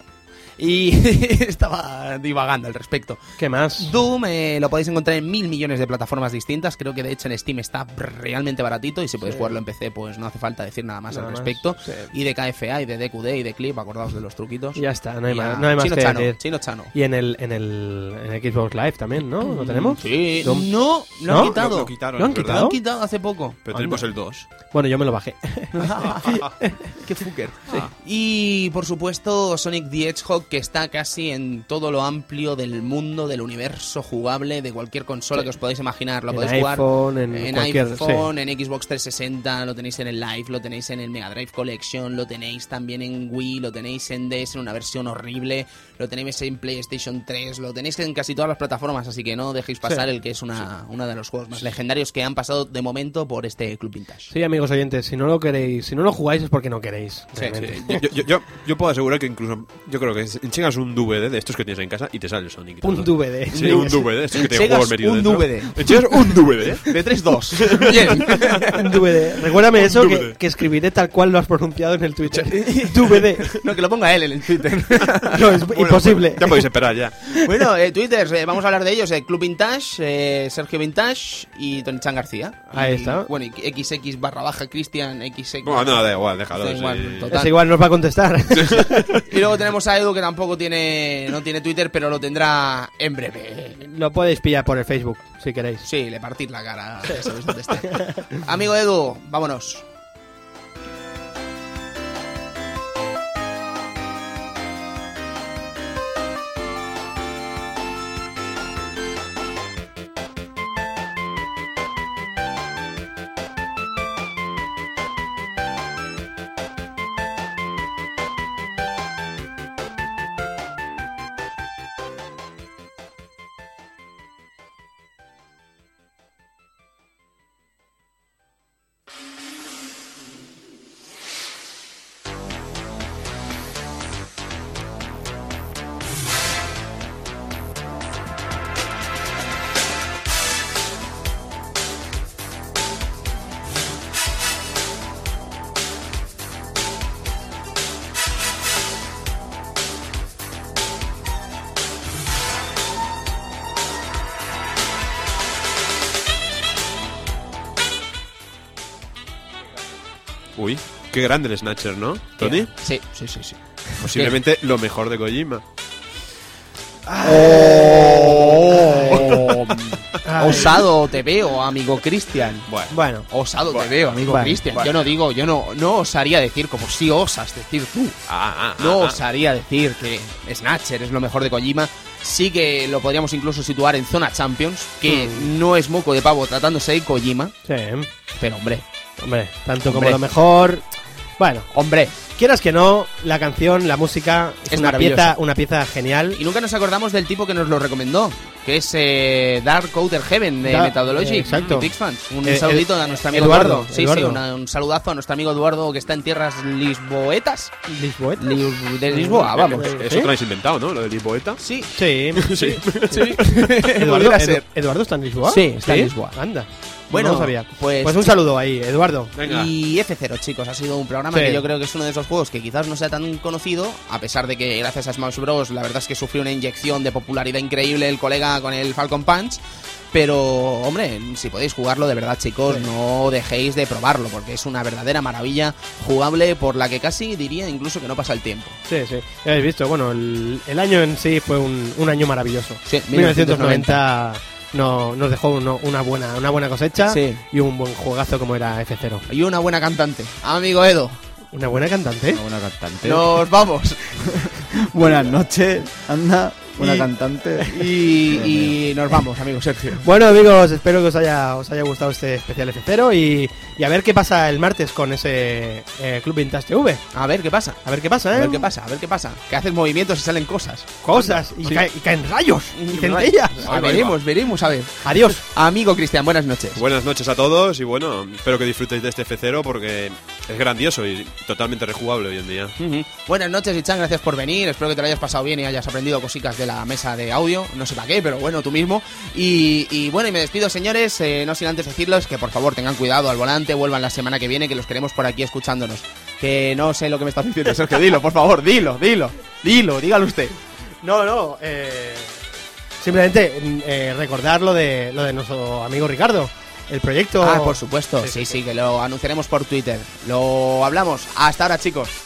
A: y estaba divagando al respecto.
B: ¿Qué más?
A: Doom eh, lo podéis encontrar en mil millones de plataformas distintas. Creo que de hecho en Steam está realmente baratito y si podéis jugarlo en PC, pues no hace falta decir nada más
B: Nada
A: al
B: más,
A: respecto.
B: sí.
A: Y de KFA, y de DQD, y de Clip, acordaos de los truquitos.
B: Y ya está, no hay
A: Y
B: más,
A: a
B: no hay más
A: Chino
B: que
A: Chano,
B: decir.
A: Chino Chano.
B: Y en el, en el, en el Xbox Live también, ¿no? ¿Lo tenemos?
A: Sí,
B: Doom.
A: no, lo
B: ¿No?
A: han quitado.
C: Lo, lo quitaron.
B: ¿Lo han
C: es verdad.
A: Lo
B: quitado?
A: han quitado hace poco.
C: Pero tenemos el 2.
B: Bueno, yo me lo bajé.
A: Qué fucker.
C: Ah.
A: Y por supuesto, Sonic the Hedgehog, que está casi en todo lo amplio del mundo, del universo jugable, de cualquier consola que os podáis imaginar. Lo
B: En
A: podéis jugar
B: iPhone, en cualquier-
A: iPhone, en Xbox 360, lo tenéis en el Live, lo tenéis en el Mega Drive Collection, lo tenéis también en Wii, lo tenéis en DS en una versión horrible, lo tenéis en PlayStation 3, lo tenéis en casi todas las plataformas, así que no dejéis pasar el que es una, uno de los juegos más legendarios que han pasado de momento por este Club Vintage.
B: Sí, amigos oyentes, si no lo queréis, si no lo jugáis es porque no queréis.
A: Sí,
B: realmente.
C: Sí, yo, yo, yo, yo puedo asegurar que incluso yo creo que es- enseñas un DVD de estos que tienes en casa y te sale el Sonic. y
B: Un
C: todo.
B: DVD.
C: Sí, un DVD. Estos que tienen
A: Enseñas
C: juegos metidos
A: un
C: dentro.
A: DVD.
C: Enseñas un DVD.
A: De 3-2. Bien.
B: Un DVD. Recuérdame
C: Un
B: eso que,
C: DVD.
B: que escribiré tal cual lo has pronunciado en el Twitter. DVD.
A: No, que lo ponga él en el Twitter.
B: No, es
C: Bueno,
B: imposible.
C: pues, Ya podéis esperar ya.
A: bueno, eh, Twitter, eh, vamos a hablar de ellos. eh, Club Vintage, eh, Sergio Vintage y Tony Chan García.
B: Ahí
A: Y,
B: está.
A: Bueno, y XX barra baja Cristian, XX.
C: Bueno, no, da igual, déjalo.
A: Da igual,
C: sí.
A: total.
B: Es igual, nos va a contestar.
A: Y luego tenemos a Edu que tampoco tiene, no tiene Twitter, pero lo tendrá en breve.
B: Lo podéis pillar por el Facebook, si queréis.
A: Sí, le partís la cara. ya sabéis dónde está. Amigo Edu, vámonos.
C: Uy, qué grande el Snatcher, ¿no? Tony,
A: Sí, sí, sí. sí.
C: posiblemente lo mejor de Kojima.
B: Oh. Ay.
A: Osado te veo, amigo Cristian.
C: Bueno,
B: Bueno,
A: Osado te veo, amigo
B: Bueno,
A: Cristian. Yo no digo, yo no, no osaría decir, como si osas decir tú.
C: Ah, ah, ah,
A: No
C: ah.
A: osaría decir que Snatcher es lo mejor de Kojima. Sí que lo podríamos incluso situar en zona Champions, que
B: Hmm.
A: no es moco de pavo tratándose de Kojima.
B: sí,
A: Pero hombre,
B: hombre, tanto como
A: Hombre.
B: lo mejor. Bueno,
A: hombre.
B: quieras que no, la canción, la música es,
A: Es
B: una
A: maravillosa.
B: pieza, una pieza genial.
A: Y nunca nos acordamos del tipo que nos lo recomendó, que es eh, Dark Outer Heaven de
B: Da-
A: Methodology.
B: eh, exacto.
A: Big fans. Un
B: Eh,
A: saludito
B: eh,
A: a nuestro amigo
B: Eduardo,
A: Eduardo. Sí,
B: Eduardo.
A: sí, una- un saludazo a nuestro amigo Eduardo que está en tierras lisboetas.
B: Lisboeta.
A: Li- de Lisboa, vamos.
B: Eh,
C: Eso
B: ¿sí?
C: te lo habéis inventado, ¿no? Lo del Lipoeta.
A: Sí,
B: Sí,
C: Sí.
B: Eduardo,
A: Pudiera
B: Edu-
A: ser.
B: Eduardo está en Lisboa.
A: Sí, está en Lisboa.
B: Anda.
A: Bueno,
B: Bueno, no lo sabía. Pues,
A: pues-
B: un saludo ahí, Eduardo.
C: Venga.
A: Y F0, chicos, ha sido un programa
B: Sí.
A: que yo creo que es uno de esos juegos que quizás no sea tan conocido, a pesar de que gracias a Smash Bros. la verdad es que sufrió una inyección de popularidad increíble el colega con el Falcon Punch. Pero, hombre, si podéis jugarlo de verdad, chicos, no dejéis de probarlo, porque es una verdadera maravilla jugable por la que casi diría incluso que no pasa el tiempo.
B: Sí, sí. Ya habéis visto, bueno, el, el año en sí fue un, un año maravilloso.
A: Sí,
B: 1990 no, nos dejó uno- una, buena, una buena cosecha
A: Sí.
B: y un buen juegazo como era F0.
A: Y una buena cantante. Amigo Edo,
B: Una buena
A: ¿Eh?
B: cantante.
D: Una buena cantante.
A: nos vamos.
D: Buenas noches, anda. Buena
B: Y-
D: cantante.
A: Y, y nos vamos, amigo Sergio.
B: Bueno amigos, espero que os haya, os haya gustado este especial F0 y, y a ver qué pasa el martes con ese eh, Club Vintage TV.
A: A ver qué pasa.
B: A ver qué pasa, ¿eh?
A: A ver qué pasa, a ver qué pasa. Que haces movimientos y salen cosas.
B: Cosas y, cae- y caen rayos y centellas.
A: Ah, veremos, veremos, a ver.
B: Adiós.
A: Amigo Cristian, buenas noches.
C: Buenas noches a todos y bueno, espero que disfrutéis de este F0 porque es grandioso y totalmente rejugable hoy en día.
A: Ujú. Buenas noches, Ichan, gracias por venir. Espero que te lo hayas pasado bien y hayas aprendido cositas de la mesa de audio. No sé para qué, pero bueno, tú mismo. Y, y bueno, y me despido, señores. eh, no sin antes decirles que por favor tengan cuidado al volante, vuelvan la semana que viene, que los queremos por aquí escuchándonos. Que no sé lo que me estás diciendo, Sergio. Dilo, por favor, dilo, dilo, dilo, dígalo usted.
B: No, no, eh, simplemente mm, eh, recordar lo de, lo de nuestro amigo Ricardo, el proyecto...
A: Ah, por supuesto.
B: Sí,
A: Sí,
B: sí,
A: sí, que lo anunciaremos por Twitter. Lo hablamos. Hasta ahora, chicos.